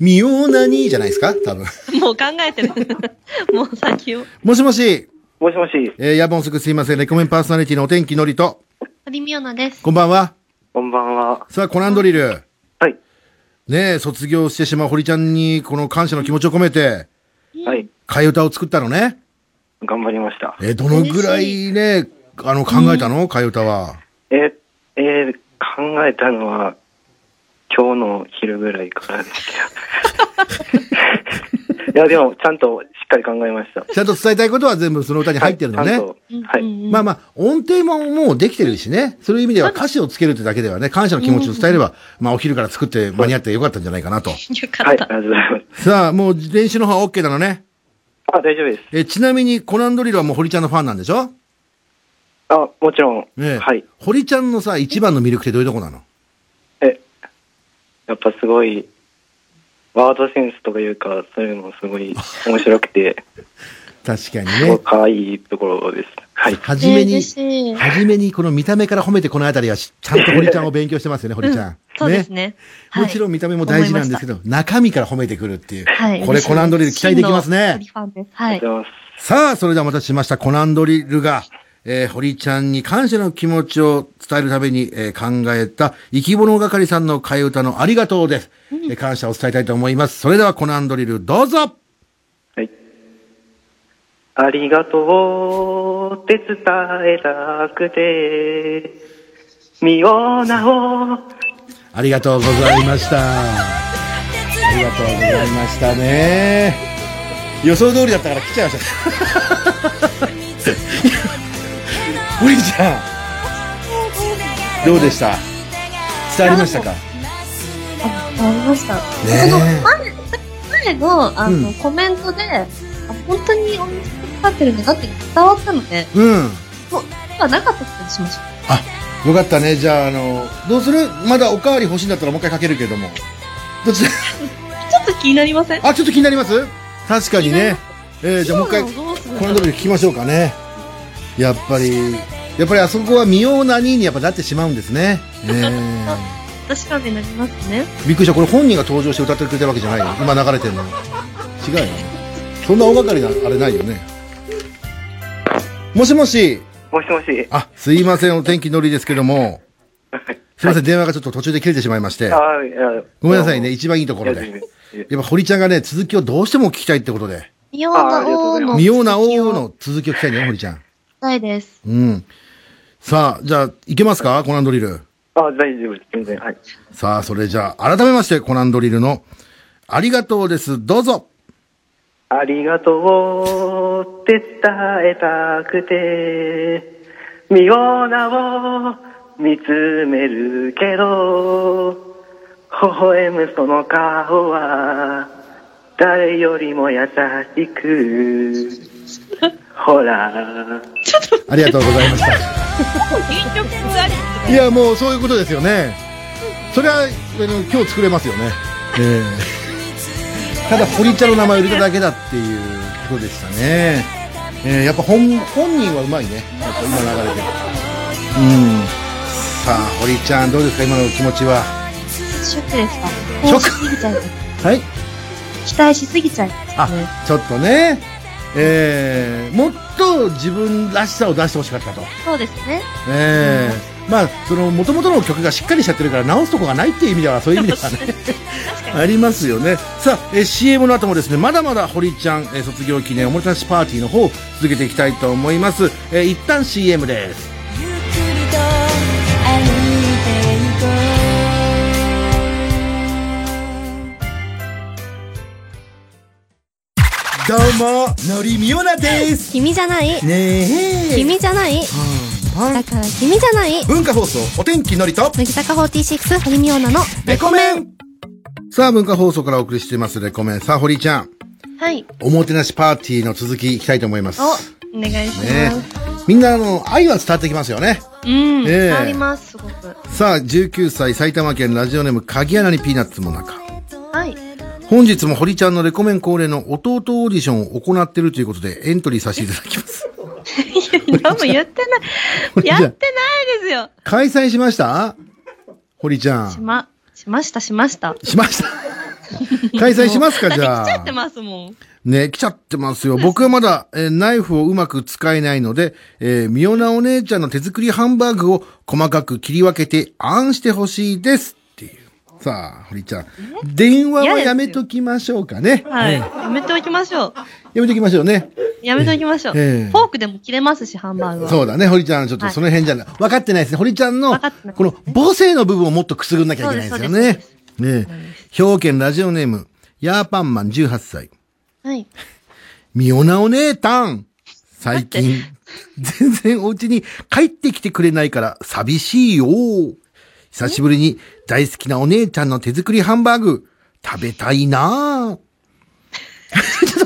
みようなにじゃないですか多分。
でももう考え てる。もう先を。
もしもし、
もしもし、
えー、ヤボンすぐすいません。レコメンパーソナリティのお天気のりと、
堀美央奈です。
こんばんは。
こんばんは。
さあ、コナンドリル。
はい。
ねえ、卒業してしまう堀ちゃんに、この感謝の気持ちを込めて、
はい。
替え歌を作ったのね。
頑張りました。
え、どのぐらいね、あの、考えたの替え歌は。
え、えー考えたのは、今日の昼ぐらいからでした。 いや、でも、ちゃんとしっかり考えました。
ちゃんと伝えたいことは全部その歌に入ってるの
ちゃ
ね
ん。とは
うん
い。
うん
まあまあ、音程ももうできてるしね。そういう意味では歌詞をつけるってだけではね、感謝の気持ちを伝えれば、まあお昼から作って間に合ってよかったんじゃないかなと。
よ
は
かっ
い、ありが
た。
とうございます。
さあ、もう練習の方は OK なのね。
あ、大丈夫です。
え、ちなみにコナンドリルはもう堀ちゃんのファンなんでしょ
あ、もちろん。
ねえ
はい。
堀ちゃんのさ、一番の魅力ってどういうとこなの
え、やっぱすごい、ワードセンスとかいうか、そういうのもすごい面白く て、
確かに
すご
ね
い。可愛いところです。はい。
はじめに、
嬉しい。
はじめにこの見た目から褒めてこのあたりはしちゃんと堀ちゃんを勉強してますよね、堀ちゃん。
そうですね。はい
もちろん見た目も大事なんですけど、中身から褒めてくるっていう。
はい。
これコナンドリル期待できますね
真の堀ファンです。は
ありが。
い
とうございます。
さあ、それではお待たせしました。コナンドリルが、えー、堀ちゃんに感謝の気持ちを伝えるために、えー考えた、生き物係さんの替え歌のありがとうです。えー感謝を伝えたいと思います。それではコナンドリルどうぞ
はい。ありがとうって伝えたくて、ミオナを、
ありがとうございました。ありがとうございましたね。予想通りだったから来ちゃいま した。ウリちゃん、どうでした伝わりましたか
ありました。
ね
前の、あの、
う
コメントで、あ本当にお店にかってるんだなって伝わったので、
え。うん。
今なかったことにしましょ
よかったね。じゃあ、あの、どうするまだおかわり欲しいんだったらもう一回かけるけども。どっち
う。ちょっと気になりません
あ、ちょっと気になります確かにね。えー、じゃあもう一回、
今
こ
のどうする
の時聞きましょうかね。やっぱり、やっぱりあそこは見ようなににやっぱなってしまうんで すね。えー
確かになりますね。
びっくりした。これ本人が登場して歌ってくれてるわけじゃないよ。今流れてるの。違うよ。そんな大掛かりなあれないよね。もしもし。
もしもし。
あ、すいません。お天気のりですけども。すいません。電話がちょっと途中で切れてしまいまして。
あいや
ごめんなさいね。。一番いいところ
いや
で
全。然
やっぱ堀ちゃんがね、続きをどうしても聞きたいってことで。
妙
ああ
な
りがとうご
王
ざいま
の。
す
見ような王の続きを聞きたいね、堀ちゃん。
たいです。
うん。さあ、じゃあ、いけますかコナンドリル。
あ大丈夫です。全然。はい。
さあ、それじゃあ、改めまして、コナンドリルの、ありがとうです。どうぞ。
ありがとうって伝えたくて、ミオナを見つめるけど、微笑むその顔は誰よりも優しくほら
ありがとうございました
原曲あり
いやもうそういうことですよねそれはあの今日作れますよね、ええただ堀ちゃんの名前を入れただけだっていうことでしたね、ええやっぱ本本人はうまいねやっぱ今流れてうんさあ堀ちゃんどうですか今のお気持ちは
ショックでした。
シ
期
ョッ
待
ク
しすぎちゃいまし
はい
た。期待しすぎちゃいましたね。
ちょっとねええもっと自分らしさを出してほしかったと
そうですね。
ええまあその元々の曲がしっかりしちゃってるから直すとこがないっていう意味ではそういう意味ではねありますよねさあ、えー CM の後もですねまだまだ堀ちゃん、えー卒業記念おもてなしパーティーの方を続けていきたいと思います、えー一旦 CM です
どうものりみおなです
君じゃない。
ねえ
君じゃない。だから君じゃない。
文化放送お天気のりと
乃木坂46堀美央奈の
レコメンさあ文化放送からお送りしていますレコメンさあ堀ちゃん
はい。
おもてなしパーティーの続きいきたいと思います
お、お願いします。
ねみんなあの愛は伝わってきますよね
うん、
ねえ
変わります、すごく。
さあ19歳埼玉県ラジオネーム鍵穴にピーナッツも中
はい。
本日も堀ちゃんのレコメン恒例の弟オーディションを行っているということでエントリーさせていただき ます。
何も言って ない。やってないですよ。
開催しました堀ちゃ
し
ん。
ま、しました、しました。
しました。開催しますかじ
来ちゃ
ゃ
っ
あ
て。ますもん。
ね、来ちゃってますよ。僕はまだ、えーナイフをうまく使えないので、えー、ミオナお姉ちゃんの手作りハンバーグを細かく切り分けて、あんしてほしいです。っていう。さあ、堀ちゃん。電話はやめときましょうかね。
はい。やめておきましょう。
やめときましょうね。
やめておきましょう。フ
ええ
ォークでも切れますし、ハンバーグは。
そうだね、堀ちゃん、ちょっとその辺じゃない、分かってないですね。堀ちゃんの、
分かってない
この母性の部分をもっとくすぐんなきゃいけないですよ
そう
ね
です。
ねえ兵庫県ラジオネーム、ヤーパンマン18歳。
はい。
ミオナお姉たん最近、全然お家に帰ってきてくれないから寂しいよ。久しぶりに大好きなお姉ちゃんの手作りハンバーグ、食べたいな ぁちょっ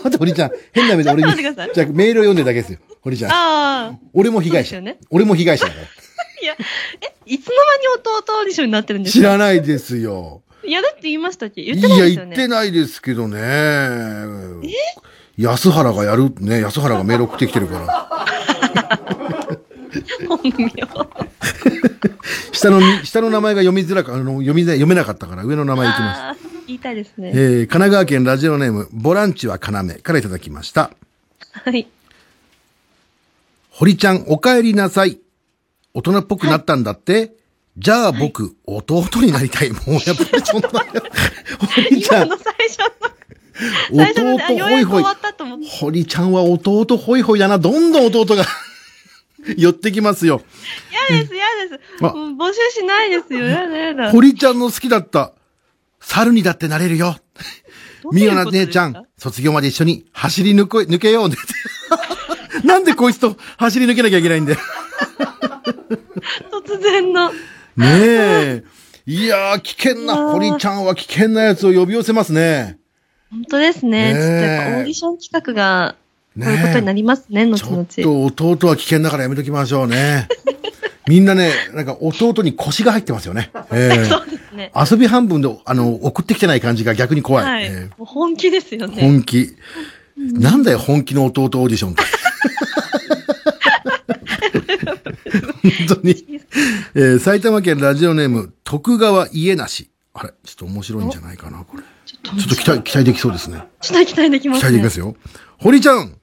と待って、堀ちゃん。変な目で俺に。
ち
じ
ょ
ゃ
っと待ってください
あメールを読んでるだけですよ。堀ちゃん。
ああ。
俺も被害者。
そうですよね
俺も被害者だから。
いや、え、いつの間に弟オーディションになってるんです
知
から
ないですよ。
いや、だって言いましたっけ言ってないですよ
や、言
ね。
ってないですけどね。安原がやるね。安原がメール送ってきてるから。
本名。
下の、下の名前が読みづらか、あの、読みづらい、読めなかったから、上の名前いきます。
ああ、言いたいです
え
ね。
ー神奈川県ラジオネーム、ボランチは要からいただきました。
はい。
堀ちゃん、お帰りなさい。大人っぽくなったんだって、じゃあ僕、弟になりたい。もうやっぱりそんな、堀ちゃ
今
ん、
の最初の、最初の
弟
で、あ、よう
ホ
や
イ
く
ホ
終
イ
わ。ったと思って。
堀ちゃんは弟ホイホイだな。どんどん弟が 寄ってきますよ。
嫌です、嫌です。
あ
もう募集しないですよ。やだ、やだ。
堀ちゃんの好きだった猿にだってなれるよ。
どうい
み
う
よ
こと
な姉ちゃ
ですか
ん、卒業まで一緒に走り抜こ抜けようね。 なんでこいつと走り抜けなきゃいけ ないんだよ。
突然の。
ねえ。いやー、危険な、堀ちゃんは危険なやつを呼び寄せますね。
本当ですね。
ねえ
ちょっとやっぱオーディション企画が、こ
ね
う
え
いうことになりますね、後
ちょ
々
っ。と弟は危険だからやめときましょうね。みんなね、なんか弟に腰が入ってますよね。ええ
そうですね。
遊び半分で、あの、送ってきてない感じが逆に怖い。
は
え
い。
ー
もう本気ですよね。
本気。なんだよ、本気の弟オーディションって。本当に、えー埼玉県ラジオネーム、徳川家なし。あれ、ちょっと面白いんじゃないかな、これ。
ちょっと
ちょっと期待、期待できそうですね。
ちょっと期待できま
期
す
待でき
ね
ま。すよ。堀ちゃん。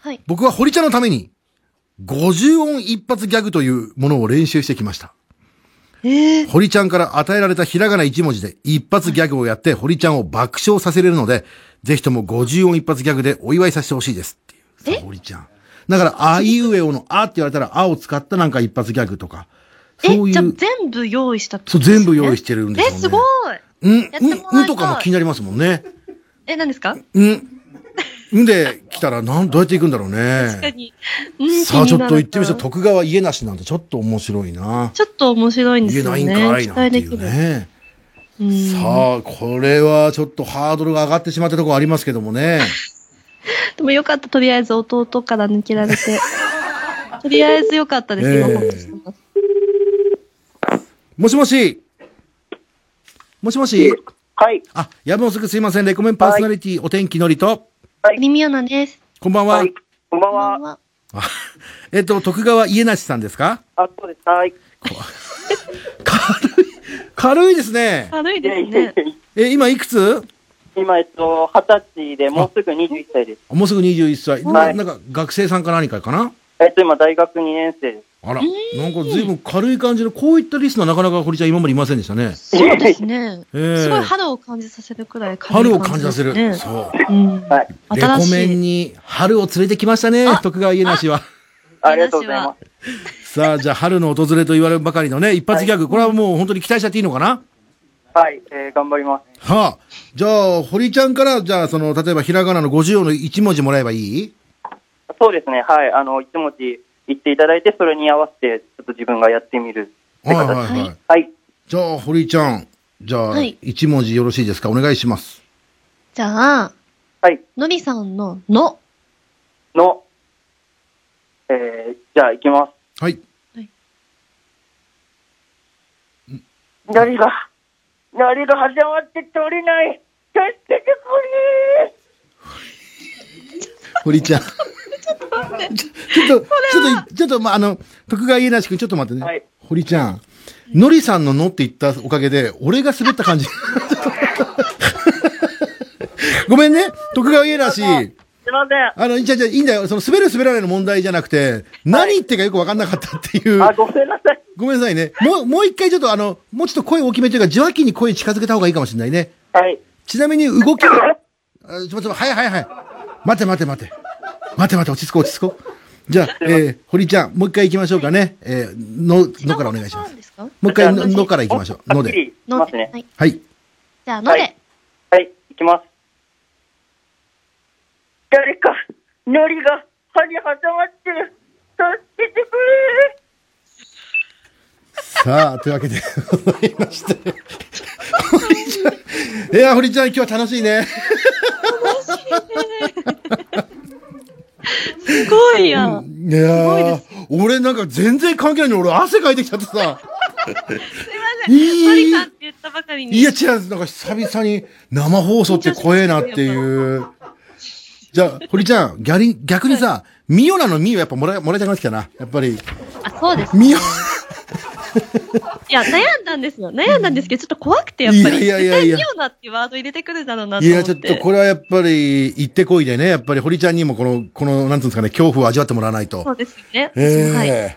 はい
僕は堀ちゃんのために、50音一発ギャグというものを練習してきました。
ええ。
堀ちゃんから与えられたひらがな1文字で一発ギャグをやって堀ちゃんを爆笑させれるので、ぜひとも50音一発ギャグでお祝いさせてほしいですっていう。さあ堀ちゃん。だから、あいうえおのあって言われたら、あを使ったなんか一発ギャグとか。そう
え、
い
じゃあ
う、
全部用意したってこ
そ
と
う
ですね
全部用意してるんですよね。
え、すごい。
うん、
やってもらいた
う
い
ん、うんとかも気になりますもんね。
え、何ですか
うん。うんで、来たら、なん、どうやって行くんだろう
確か
ね。
に。うん、
さあ、
気
ちょっ
にな
と
る
行ってみましょう。徳川家なしなんてちょっと面白いな。
ちょっと面白いんで
言
す
えない
よね。
んかい
期
なん
待
て
で
い
き
う
る。
ね。さあ、これはちょっとハードルが上がってしまったところありますけども ね。
でもよかった、とりあえず弟から抜けられ て。とりあえずよかったです、
ええ
今ほっとしてます。
もしもし。もしもし。
はい。
あ、やぶのすぐすいません。レコメンパーソナリティ、お天気のりと。
はい。
リミオナです。
こんばんは。
こんばんは。
えっと、徳川家なしさんですか
あ、そうです。はい。
軽いですね。
軽いですね。
え、今いくつ
今、えっと、二十歳で、もうすぐ21歳です。
もうすぐ21歳。な
はい
なんか学生さんか何かかな
えっと、今、大学2年生です。
あら、なんか随分軽い感じの、こういったリスナーなかなか堀ちゃん今までいませんでしたね。
そうですね。
ええ
すごい春を感じさせるくらい軽
春
い
を感じさせる。
ですね
そう。
うん。
レ
新
コ
しい
メンに春を連れてきましたね、徳川家なしは。
ありがとうございます。
さあ、じゃあ春の訪れと言われるばかりのね、一発ギャグ。これはもう本当に期待しちゃっていいのかな
はい、えー、頑張ります。
はあ。じゃあ、堀ちゃんから、じゃあ、その、例えばひらがなの50音の1文字もらえばいい
そうですね、はい、あの、一文字言っていただいて、それに合わせて、ちょっと自分がやってみる。
はいはいはい。
はい。
じゃあ、堀ちゃん。じゃあ、
はい
1文字よろしいですかお願いします。
じゃあ、
はい。
のりさんの、の。
の、えー、じゃあ、行きます。
はい。
のりが、のりが挟まって取れない。助けて
堀 ちゃん。ちょっと、ちょっと、ちょっと、まあ、あの、徳川家なし君、ちょっと待ってね。堀ちゃん。のりさんののって言ったおかげで、俺が滑った 感じ。ごめんね、徳川家なし。
すいません。
あの、いやいやいいんだよ。その、滑る滑らないの問題じゃなくて、何言ってかよくわかんなかったっていう。
あ、ごめんなさい。
ごめんなさいね。もう、もう一回ちょっとあの、もうちょっと声大きめというか、受話器に声近づけた方がいいかもしれないね。
はい。
ちなみに動き、あちょ、ちょ、ちょはいはいはい。待て待て待て。待て待て、落ち着こう落ち着こう。じゃあ、えー、堀ちゃん、もう一回行きましょうかね。えー、の、のからお願いします。
も
う一回の、のから行きましょう。ので。
ので。はい。
はい。
じゃあ、ので。
はい、行きます。誰か、のりが歯に挟まってる。助けてくれ。
さあ、というわけで、 ございまして。堀ちゃん、いや、堀ちゃん、今日は楽しいね。
すごいやん。
いやー、俺なんか全然関係ないのに俺汗かいてきちゃってさ。いい
のりさんって言ったばかりに。
いや、違う、なんか久々に生放送って怖えなっていう。じゃあ、堀ちゃん、逆に、逆にさ、ミオナのミをやっぱもらえ、もらいたくなってきたな。やっぱり。
あ、そうです。
ミオ、
いや、悩んだんですよ。悩んだんですけど、ちょっと怖くて、やっぱり。
いやいやいやいや
絶対ミオナっていうワード入れてくるだろうなと
い
思っ
や、
て。
ちょっとこれはやっぱり、行ってこいでね、やっぱり堀ちゃんにもこの、この、なんていうんですかね、恐怖を味わってもらわないと。
そうですよね。はい。
ええ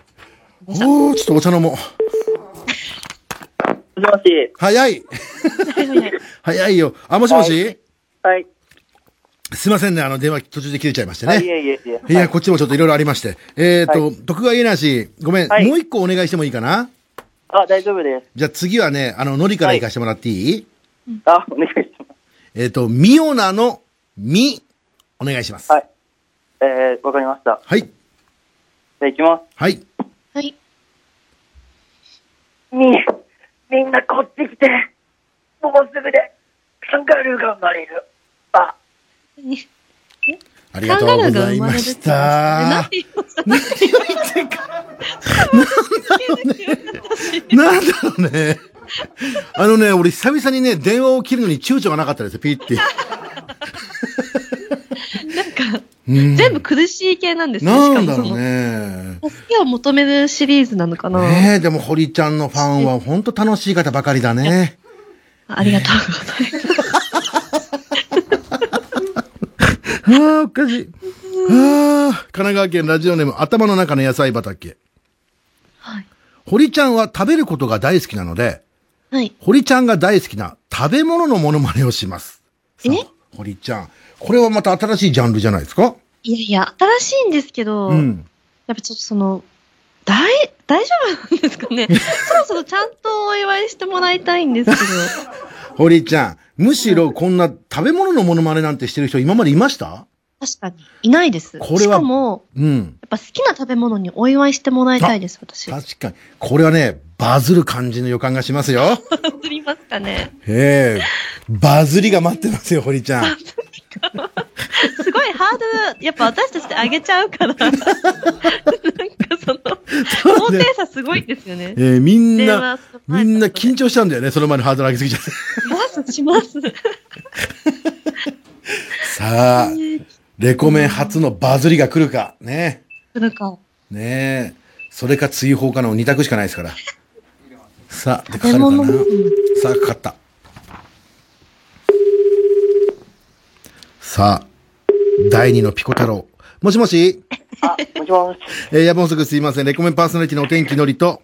おー、ちょっとお茶飲もう。
もしもし。
早い。 早いよ。あ、もしもし
はい。
すいませんね、あの、電話途中で切れちゃいまして
あい
ね。
えいえいえ。
いや、こっちもちょっといろいろありまして。えっ、と、徳川家なし、ごめん、
はい
もう一個お願いしてもいいかな
あ、大丈夫です。
じゃあ次はね、あの、のりから行かしてもらっていい、
あ、お願いします。
えっ、と、ミオナの、み、お願いします。
はい。えー、わかりました。
はい。じ
ゃあ行きます。
はい。
はい。
み、みんなこっち来て。もうすぐで、カンガルーが生まれる。あ。
ありがとうございました。
何を
言ってんか。なんだろうね。 あのね、俺久々にね、電話を切るのに躊躇がなかったですよ、ピッ て。
なんか、
うん
全部苦しい系なんですね。
なんだろ
しかも
うね。
その助けを求めるシリーズなのかな。
ねえ、でも堀ちゃんのファンは本当楽しい方ばかりだね。
ありがとうございます。
ああ、おかしい。ああ、神奈川県ラジオネーム頭の中の野菜畑。はい。堀ちゃんは食べることが大好きなので、
はい。
堀ちゃんが大好きな食べ物のモノマネをします。え堀ちゃん。これはまた新しいジャンルじゃないですか
いやいや、新しいんですけど、
うん。
やっぱちょっとその、大、大丈夫なんですか ねそろそろちゃんとお祝いしてもらいたいんですけど。
堀ちゃん、むしろこんな食べ物のモノマネなんてしてる人今までいました
あ確かに。いないです。
これ
し
は
かも、
うん。
やっぱ好きな食べ物にお祝いしてもらいたいです、私。
確かに。これはね、バズる感じの予感がします よ。
すりますかね。
ええバズりが待ってますよ、堀ちゃん。
すごいハードル、やっぱ私たちで上げちゃ うから、なんかその、高低差すごいんですよね。
えーみん
電話
な、みんな緊張しちゃうんだよね。その前のハードル上げすぎちゃ って。
します、します。
さあ、レコメン初のバズりが来るか。ね
なんか、
ねえ。それか追放かの二択しかないですから。さあ、でかかるか
食べ
な
物。
さあ、かかった。さあ、第二のピコ太郎。もしもし
あ、もしもし。
えー、夜分遅くすいません。レコメンパーソナリティのお天気のりと、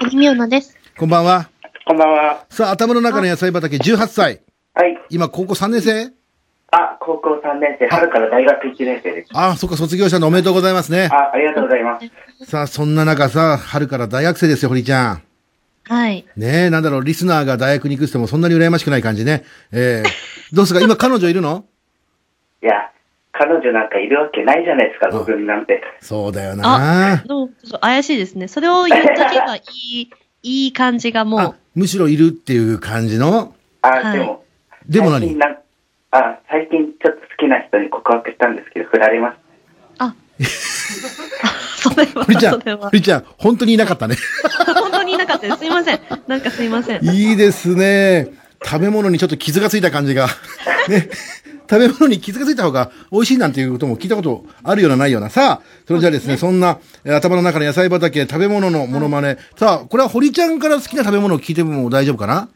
堀美央奈です。
こんばんは。
こんばんは。
さあ、頭の中の野菜畑、18歳。
はい。
今、高校3年生
あ、高校3年生、春から大学1年生です。
ああ、そっか、卒業したのおめでとうございますね。
あ、ありがとうございます。
さあ、そんな中さ、春から大学生ですよ、堀ちゃん。
はい。
ねえ、なんだろう、リスナーが大学に行くってもそんなに羨ましくない感じね。ええどうすか、今彼女いるの
いや、彼女なんかいるわけないじゃないですか、僕になんて。
そうだよ
あ
な、。
どうちょっと怪しいですね。それを言っとけばいい、いい感じがもう、
むしろいるっていう感じの。
あ、でも、
でも
最近
何
なんあ、最近ちょっと好きな人に告白したんですけど、振られまし
堀ちゃん、
それは
堀ちゃん、本当にいなかったね。
本当にいなかったです。すいません。なんかすいません。
いいですね。食べ物にちょっと傷がついた感じが。ね。食べ物に傷がついた方が美味しいなんていうことも聞いたことあるようなないような。さあ、それじゃあですね、そんなえー頭の中の野菜畑、食べ物のモノマネ。さあ、これは堀ちゃんから好きな食べ物を聞いても大丈夫かな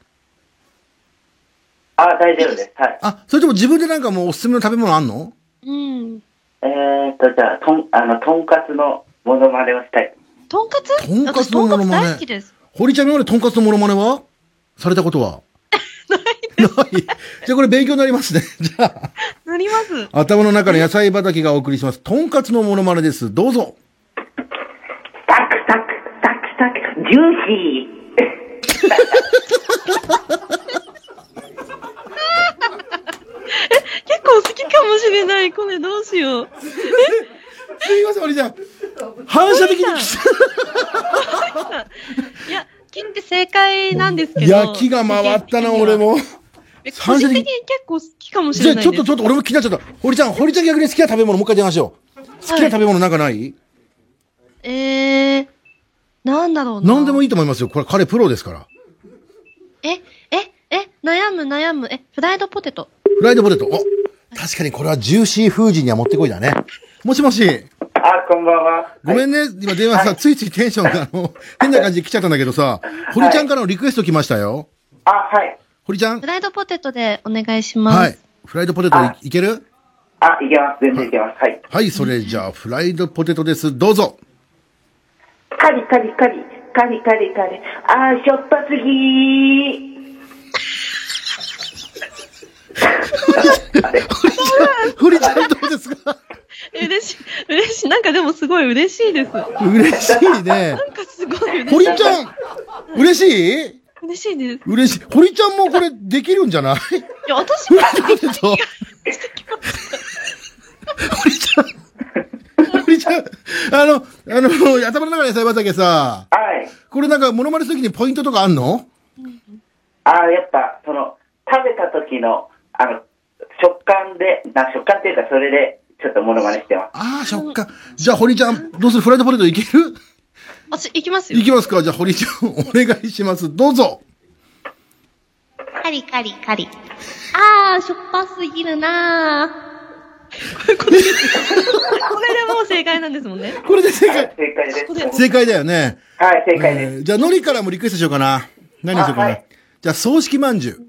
た。あ、大丈夫です。はい。
あ、それとも自分でなんかもうおすすめの食べ物あんの
うん。
えーっと、じゃあ、とん、あの、とんかつのモノマネをしたい。
とんかつ
とんかつの
私と
モノ
ん
マ
かつ
ネ
大好きです。
堀ちゃん今までとんかつのモノマネはされたこと はない。じゃあこれ勉強になりますね。 じゃあ、
なります。
頭の中の野菜畑がお送りします。とんかつのモノマネです。どうぞ。
サクサク、サクサク、ジューシー。
結構好きかもしれない。これどうしよう。
すいません、堀ちゃん。反射的に
いや、金って正解なんですけど。
焼きが回ったな、俺も。
え個
反射
人
的
的
に
に結構好きかも
じ
し
ゃ
れ
あ
ない
ち
で
ょっ
す。
とちょっと俺も気になっちゃった。堀ちゃん、堀ちゃん逆に好きな食べ物もう一回電話しよう。好きな食べ物なんかない、
えー、なんだろうな。
何でもいいと思いますよ。これ彼プロですから。
え、え、え、悩む悩む。え、フライドポテト。
フライドポテト。お確かにこれはジューシー風神には持ってこいだね。もしもし。
あ、こんばんは。
ごめんね、今電話さ、ついついテンションが、あ の、変な感じで来ちゃったんだけどさ、堀ちゃんからのリクエスト来ましたよ。
あ、はい。
堀ちゃん
フライドポテトでお願いします。
はい。フライドポテトいいける
あ、いけます。全然いけます。はい。
はい、それじゃあ、フライドポテトです。どう ぞ。
カリカリカリ、カリカリカリ。あー、しょっぱすぎー。
堀ちゃんどうですか
嬉しい、嬉しい。なんかでもすごい嬉しいです。
嬉しいね。
なんかすごい嬉しい。
堀ちゃん嬉しい
嬉しいです。い
嬉しい。堀ちゃんもこれできるんじゃない
や、私
フ
も
ライドポテト。堀ちゃん堀ちゃんあの、あの、頭の中で野菜畑さ、
はい。
これなんか、モノマネするときにポイントとかあんの
あー、やっぱ、その、食べた時の、あの、食感で、な食感っていうか、それで、ちょっとモノマネしてます。
ああ、食感。じゃあ、堀ちゃん、どうするフライドポテトいける
私、行きますよ
い。きますかじゃあ、堀ちゃん、お願いします。どうぞ。
カリカリカリ。あー、しょっぱすぎるな
これでもう正解なんですもんね。
これで正解。
正解です。
正解だよね。
はい、正解
です。じゃあ、のりからもリクエストしようかな。何にしようかな。
あは
じゃあ、葬式まんじゅう。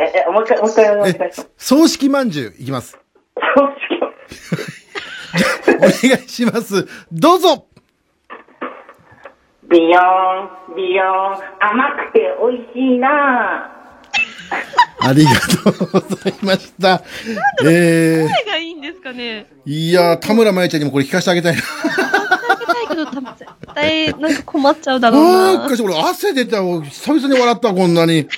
え、え、もう一回、もう一回お願いします。
葬式まんじゅういきます。
正直
お願いします。どうぞ
ビヨーン、ビヨーン、甘くて美味しいなぁ。
ありがとうございました。え
誰がいいんですかね。
ー、いやー、田村まゆちゃんにもこれ聞かせてあげたいな。
食べたいけど、多分絶対、なんか困っちゃうだろう
あー、
な。
かし、俺汗出た。久々に笑った、こんなに。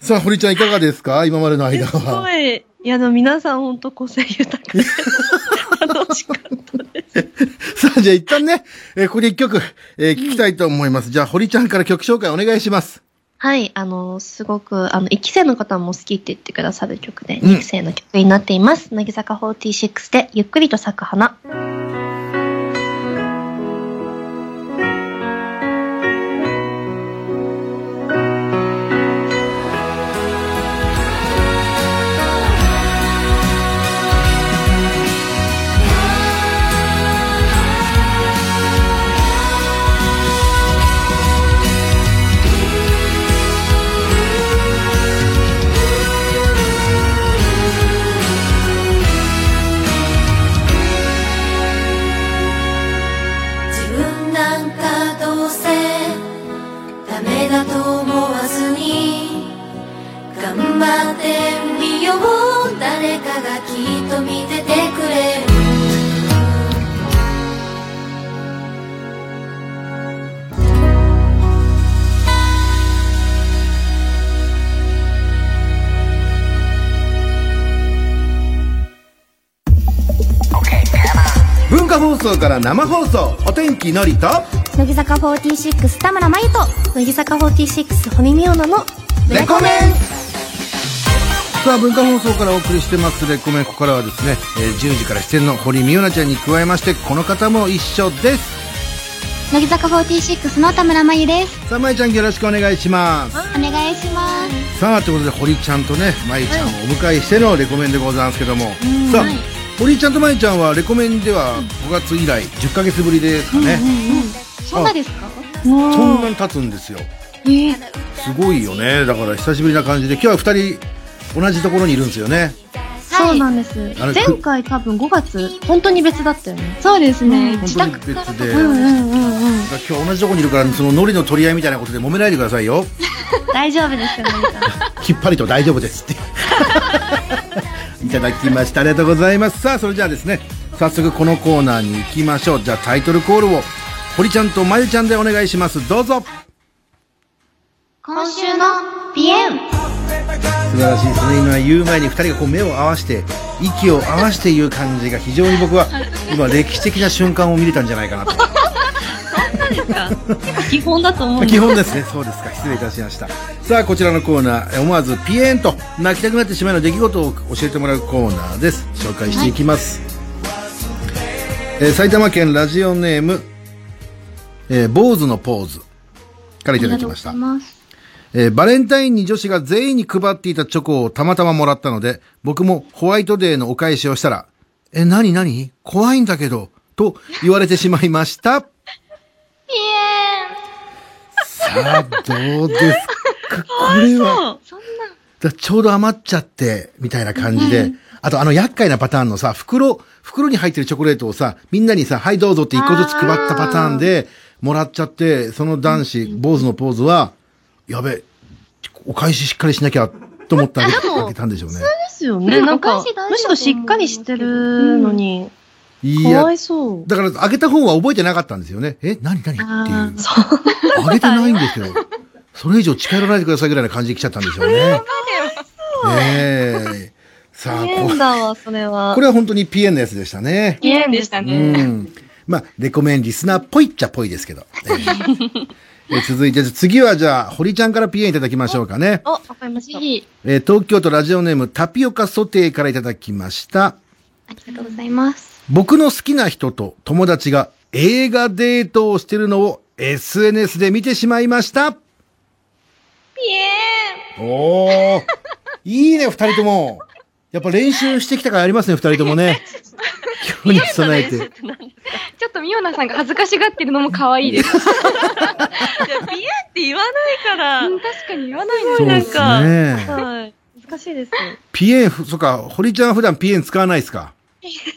さあ、堀ちゃんいかがですか今までの間
す
は。
ごい、いや、でも皆さん本当個性豊かで。
さあ、じゃあ一旦ね、えーここで一曲、えー聞きたいと思います。じゃあ、堀ちゃんから曲紹介お願いします。
はい、あの、すごく、あの、1期生の方も好きって言ってくださる曲で、
うん
2期生の曲になっています。乃木坂46で、ゆっくりと咲く花。
自分なんかどうせダメだと思わずに頑張ってみよう誰かがきっと見ててくれる
文化放送から生放送、お天気のりと、
乃木坂46田村真由と乃木坂46堀美央奈の
レコメンさあ、文化放送からお送りしてます、レコメン。ここからはですね、えー10時から出演の堀美央奈ちゃんに加えまして、この方も一緒です。
乃木坂46の田村真由です
さあ、まゆちゃんよろしくお願いします。
お願いします
さあ、ということで、堀ちゃんとね、まゆちゃんをお迎えしてのレコメンでございますけども。
うん
さあ
はい、
堀ちゃんとまゆちゃんは、レコメンでは5月以来、10ヶ月ぶりですかね。
そんなですか
そんなに経つんですよ。
ええ
すごいよね。だから久しぶりな感じで、今日は二人同じところにいるんですよね。
そうなんです。
あれ
前回多分5月、本当に別だったよね。そうですね。自宅
別で。
うんうんうんうん。
だから今日同じところにいるから、そのノリの取り合いみたいなことで揉めないでくださいよ。
大丈夫ですよ、のりさん。
きっぱりと大丈夫ですって。 いただきました。ありがとうございます。さあ、それじゃあですね、早速このコーナーに行きましょう。じゃあタイトルコールを、堀ちゃんとまゆちゃんでお願いします。どうぞ。
今週のピエン
素晴らしいですね今言う前に2人がこう目を合わせて息を合わせて言う感じが非常に僕は今歴史的な瞬間を見れたんじゃないかなと
基本だと思う。
基本ですねそうですか失礼いたしましたさあこちらのコーナーえ思わずピエーンと泣きたくなってしまうような出来事を教えてもらうコーナーです紹介していきます、えー埼玉県ラジオネーム、えー、坊主のポーズからいただきましたえーバレンタインに女子が全員に配っていたチョコをたまたまもらったので、僕もホワイトデーのお返しをしたら、え、なになに怖いんだけど、と言われてしまいました。ピエーンさあ、どうですかこれは。だちょうど余っちゃって、みたいな感じで、あとあの厄介なパターンのさ、袋、袋に入ってるチョコレートをさ、みんなにさ、はいどうぞって一個ずつ配ったパターンで、もらっちゃって、その男子、坊主のポーズは、やべえ、お返ししっかりしなきゃと思ってあげ
でも
あげたんでしょうね。
で すよね。なんか、むしろしっかりしてるのに。
い
かわいそう。
だから、あげた方は覚えてなかったんですよね。え、何何
ああ、そう。
あげてないんですよ。それ以上近寄らないでくださいぐらいな感じで来ちゃったんでしょうね。ねえ。さあ、こ
変だわ、それは。
これは本当に PN のやつでしたね。
ピエンでした
うん。まあ、レコメンリスナーっぽいっちゃっぽいですけど。えーえ続いて、次はじゃあ、堀ちゃんから PN いただきましょうかね。
お、わかりました。あ
えー東京都ラジオネームタピオカソテーからいただきました。
りがとうございます。
僕の好きな人と友達が映画デートをしてるのを SNS で見てしまいました。
ピエ
おー。いいね、二人とも。やっぱ練習してきたからありますね、二人ともね。今日に備えて。
ちょっとミオナさんが恥ずかしがってるのも可愛いです。いや、ピエって言わないから。確かに言わない
すごいなんかそうですね
はい。難しいです。
ピエン、そっか、堀ちゃんは普段ピエン使わないですか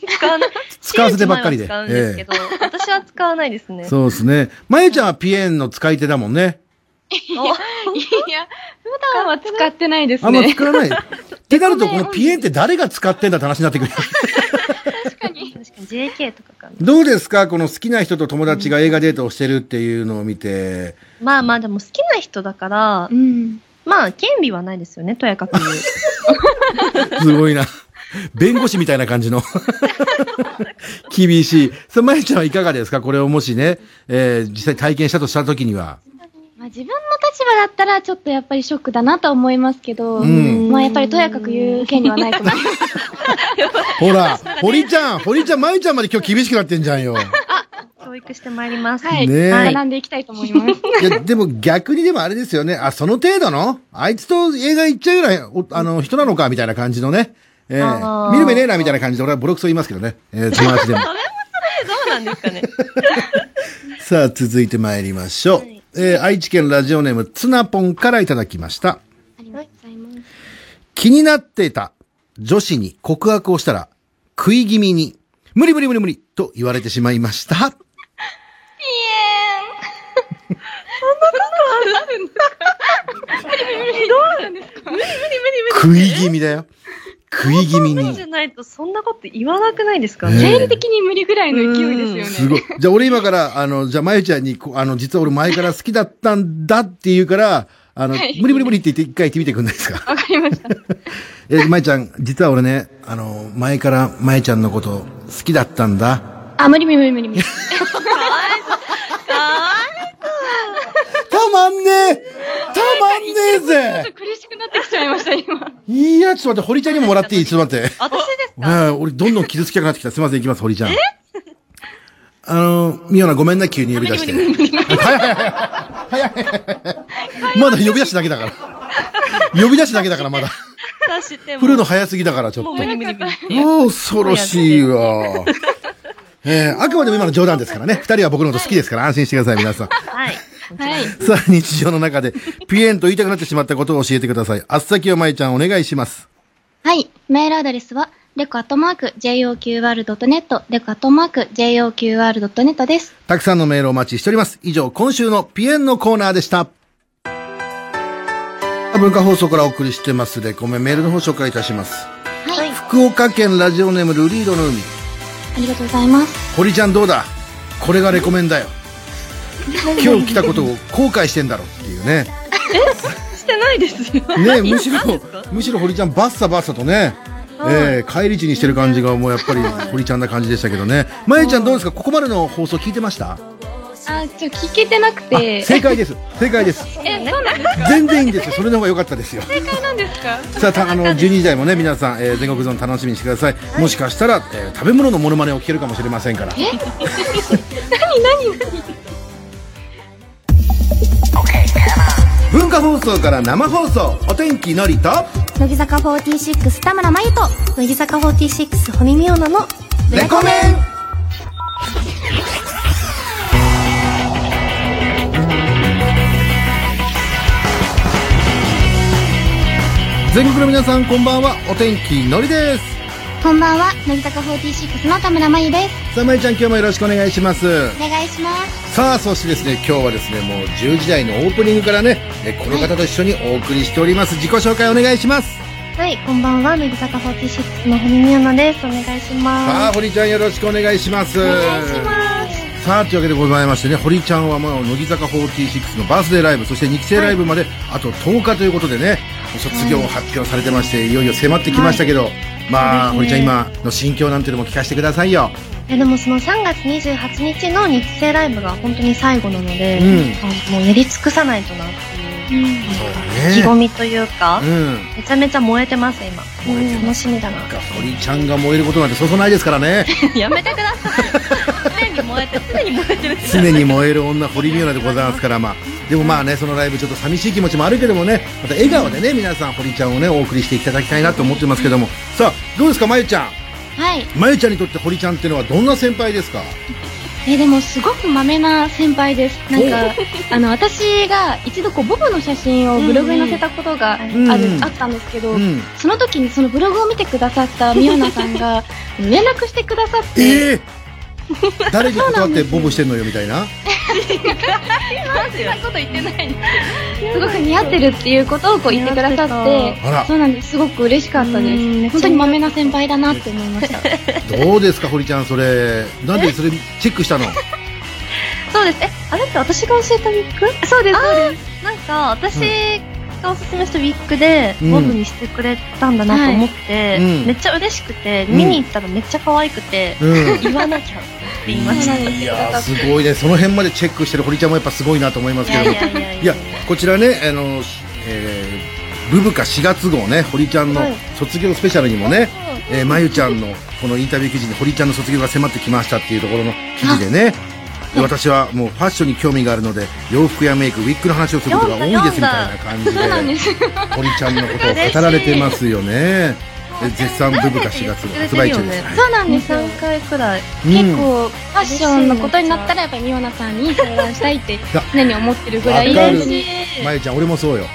使わない。
使わせてばっかりで
使うんですけど、私は使わないですね。
そうですね。まゆちゃんはピエンの使い手だもんね。
いや、普段は使ってないですね。
あんま使わ ない。ってなると、このピエンって誰が使ってんだって話になってくる。
確かに JK とかかな。
どうですかこの好きな人と友達が映画デートをしてるっていうのを見て。
まあまあ、でも好きな人だから、まあ、権利はないですよね、とやかく言う。
すごい な。弁護士みたいな感じの。 厳しい。さあ、まゆちゃんはいかがですかこれをもしね、えー実際体験したとしたときに は。
まあ、自分の立場だったら、ちょっとやっぱりショックだなとは思いますけど、
うん
まあやっぱりとやかく言う権利はないと 思います。
ほら、堀ちゃん、堀ちゃん、まゆちゃんまで今日厳しくなってんじゃんよ。
教育してまいります。
はいねえはい
学んでいきたいと思 います。
いや、でも逆にでもあれですよね。あ、その程度のあいつと映画行っちゃうぐらい、おあの、人なのか、みたいな感じのね。えー、
あー
見る目ねえな、みたいな感じで、俺はボロクソ言いますけどね。 えー、友達でも。
どうなんですかね。
さあ、続いて参りましょう。えー愛知県ラジオネーム、ツナポンからいただきました。気になっていた女子に告白をしたら、食い気味に、無理無理無理無理と言われてしまいました。
どうですか無理無理無理無
食
理。
い気味だよ。食い気味
無理
に
じ。ゃないとそんなこと言わなくないですか
ねえ生理
的に無理ぐらいの勢いですよね
すごい。じゃあ俺今から、あの、じゃあまゆちゃんにこ、あの、実は俺前から好きだったんだって言うから、あの、
はい
無理無理無理って言って一回言ってみてくんないですか
わかりました。
えー、まゆちゃん、実は俺ね、あの、前からまゆちゃんのこと好きだったんだ。
あ、無理無理無理無理無理。
たまんねえたまんねえ
ちょ
ぜ
っと苦しくなってきちゃいました、今。
いや、ちょっと待って、堀ちゃんにももら っていいちょっと待って。
私です。
はい、俺どんどん傷つきたくなってきた。すいません、いきます、堀ちゃん。あの、ミオナごめんな、急に呼び出して。早い早い早い。早い。まだ呼び出しだけだから。呼び出しだけだから、まだ。振るの早すぎだから、ちょっと。
無理無理無理。
もう恐ろしいわ。えー、あくまでも今の冗談ですからね。二人は僕のこと好きですから安心してください、皆さん。
はい。はい。
さあ、日常の中で、ピエンと言いたくなってしまったことを教えてください。あっさきをまいちゃん、お願いします。
はい。メールアドレスは、レコアットマーク、JOQR.net、レコアットマーク、JOQR.net です。
たくさんのメールをお待ちしております。以上、今週のピエンのコーナーでした。文化放送からお送りしてますレコメンメールの方紹介いたします。
はい。
福岡県ラジオネームルリードの海。
ありがとうございます。
堀ちゃんどうだこれがレコメンだよ。今日来たことを
え
後悔してんだろっていうね。
してないですよ。
ねむしろ
今何ですか、
むしろ堀ちゃんバッサバッサとね、
はい
えー帰り地にしてる感じがもうやっぱり堀ちゃんな感じでしたけどね。まゆちゃんどうですかここまでの放送聞いてました
あ、ちょ、聞けてなくて。
正解です。正解です。
え、そうなんですか
全然いいんですよ。それの方が良かったです よ。
正解なんですか
さあ、たあの、12時台もね、皆さん、えー全国ゾーン楽しみにしてください。もしかしたら、えー食べ物のモノマネを聞けるかもしれません から。
え何何何
文化放送から生放送、お天気のりと、
乃木坂46田村真由と乃木坂46堀美央奈の
レコメ全国の皆さん、こんばんは。お天気のりです。
こんばんは、乃木坂46の田村真由です。
さあ、まゆちゃん、今日もよろしくお願いします。
お願いします。
さあそしてですね今日はですねもう10時台のオープニングからねえこの方と一緒にお送りしております自己紹介お願いします
はい、こんばんは、乃木坂46の堀美央奈です。お願いし
さあ
ま
堀ちゃんよろしくお願いします
す。
さあというわけでございましてね堀ちゃんはもう乃木坂46のバースデーライブそして2期生ライブまであと10日ということでね卒業を発表されてましていよいよ迫ってきましたけど、まあ、
そう
堀
で
ち
す
ゃん
ね
今の心境なんていうのも聞かせてくださいよ
いやでもその3月28日の日生ライブが本当に最後なので、
うん
あもうやり尽くさないとなっていう、意気込みというか、
うん
めちゃめちゃ燃えてます今うん楽しみだな
堀ちゃんが燃えることなんてそうそうないですからね
やめてください常に燃えて常に燃えてる
常に燃える女堀美央奈でございますからまあでもまあねそのライブちょっと寂しい気持ちもあるけどもねまた笑顔でね皆さん堀ちゃんをねお送りしていただきたいなと思ってますけどもさあどうですかまゆちゃん
はい
まゆちゃんにとって堀ちゃんっていうのはどんな先輩ですか
えでもすごくマメな先輩ですなんかあの私が一度こうボブの写真をブログに載せたことがある、
うんうん
あったんですけど、
うん
その時にそのブログを見てくださったミオナさんが連絡してくださって
ええ誰に断ってボブしてんのよみたいな
そんなこと言ってないすごく似合ってるっていうことをこう言ってくださって
あら
そうなんですすごく嬉しかったです本当にマメな先輩だなって思いました
どうですか堀ちゃんそれなんでそれチェックしたの
そうです。え、あれって私が教えたミックそうです、そうです。なんか、私がおすすめしたウィッグで
うん
ボブにしてくれたんだなと思って、
はいうん
めっちゃ嬉しくて、
うん
見に行ったらめっちゃ可愛くて、
うん
言わなきゃって言いました。
いやーすごいね、その辺までチェックしてる堀ちゃんもやっぱすごいなと思いますけども、
いやいやいやいや
こちらね、あのえーブブカ4月号ね、堀ちゃんの
はい
卒業スペシャルにもね、えーまゆちゃんのこのインタビュー記事に堀ちゃんの卒業が迫ってきましたっていうところの記事でね、で私はもうファッションに興味があるので、洋服やメイク、ウィッグの話をすることが多いですみたいな感じで、
す。
堀ちゃんのことを語られてますよね。 え絶賛ブブカ4月号発売中です。
そうなんですよ。3
回くらい。
うん
結構、ファッションのことになったら、やっぱりミオナさんに相談したいって、常に思ってるぐらい
わかる
嬉しい。
まゆちゃん俺もそうよ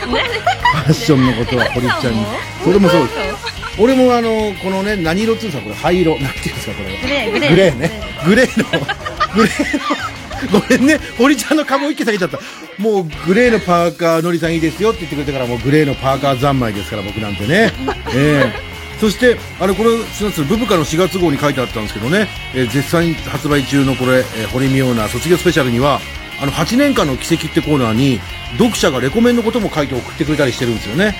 ファッションのことは堀ちゃんに俺もそうです俺もあのこのね何色っていうんですかこれ灰色なんていうんですかこれ
グレーグレー
グレーねグレーのグレーのごめんね堀ちゃんの株を一気下げちゃったもうグレーのパーカーのりさんいいですよって言ってくれたからもうグレーのパーカー三昧ですから僕なん てねええそしてあのこの4月ブブカの4月号に書いてあったんですけどね、えー絶賛発売中のこれ、えー堀美央奈卒業スペシャルにはあの8年間の軌跡ってコーナーに読者がレコメンのことも書いて送ってくれたりしてるんですよね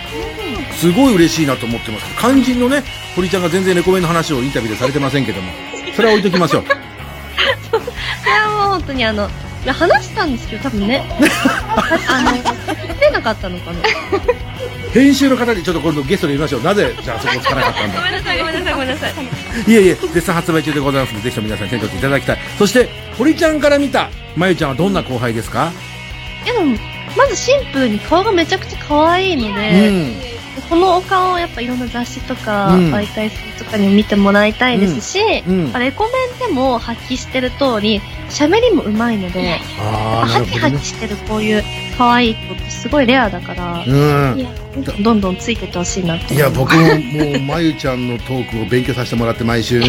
すごい嬉しいなと思ってます肝心のね堀ちゃんが全然レコメンの話をインタビューでされてませんけどもそれは置いときましょう
いやもう本当にあの、いや話したんですけど、多 分ね。あの、出なかったのかな。
編集の方にちょっと今度ゲストで言いましょうなぜじゃあそこつかなかったんだ
ごめんなさい、ごめんなさい、ごめんなさい。
いえいえ、絶賛発売中でございますので、ぜひとも皆さん手に取っていただきたい。そして、堀ちゃんから見た、まゆちゃんはどんな後輩ですか
いやでも、まずシンプルに顔がめちゃくちゃ可愛いので、
うん
このお顔をやっぱいろんな雑誌とか、
うん
媒体さんとかに見てもらいたいですし、
うんうん
レコメンでも発揮してる通り、喋りも上手いので、
あ
ハキハキしてるこういう可愛い子ってすごいレアだから、
うん
いやどんどんついてってほしいなって。
いや、僕ももう、まゆちゃんのトークを勉強させてもらって、毎週 ね、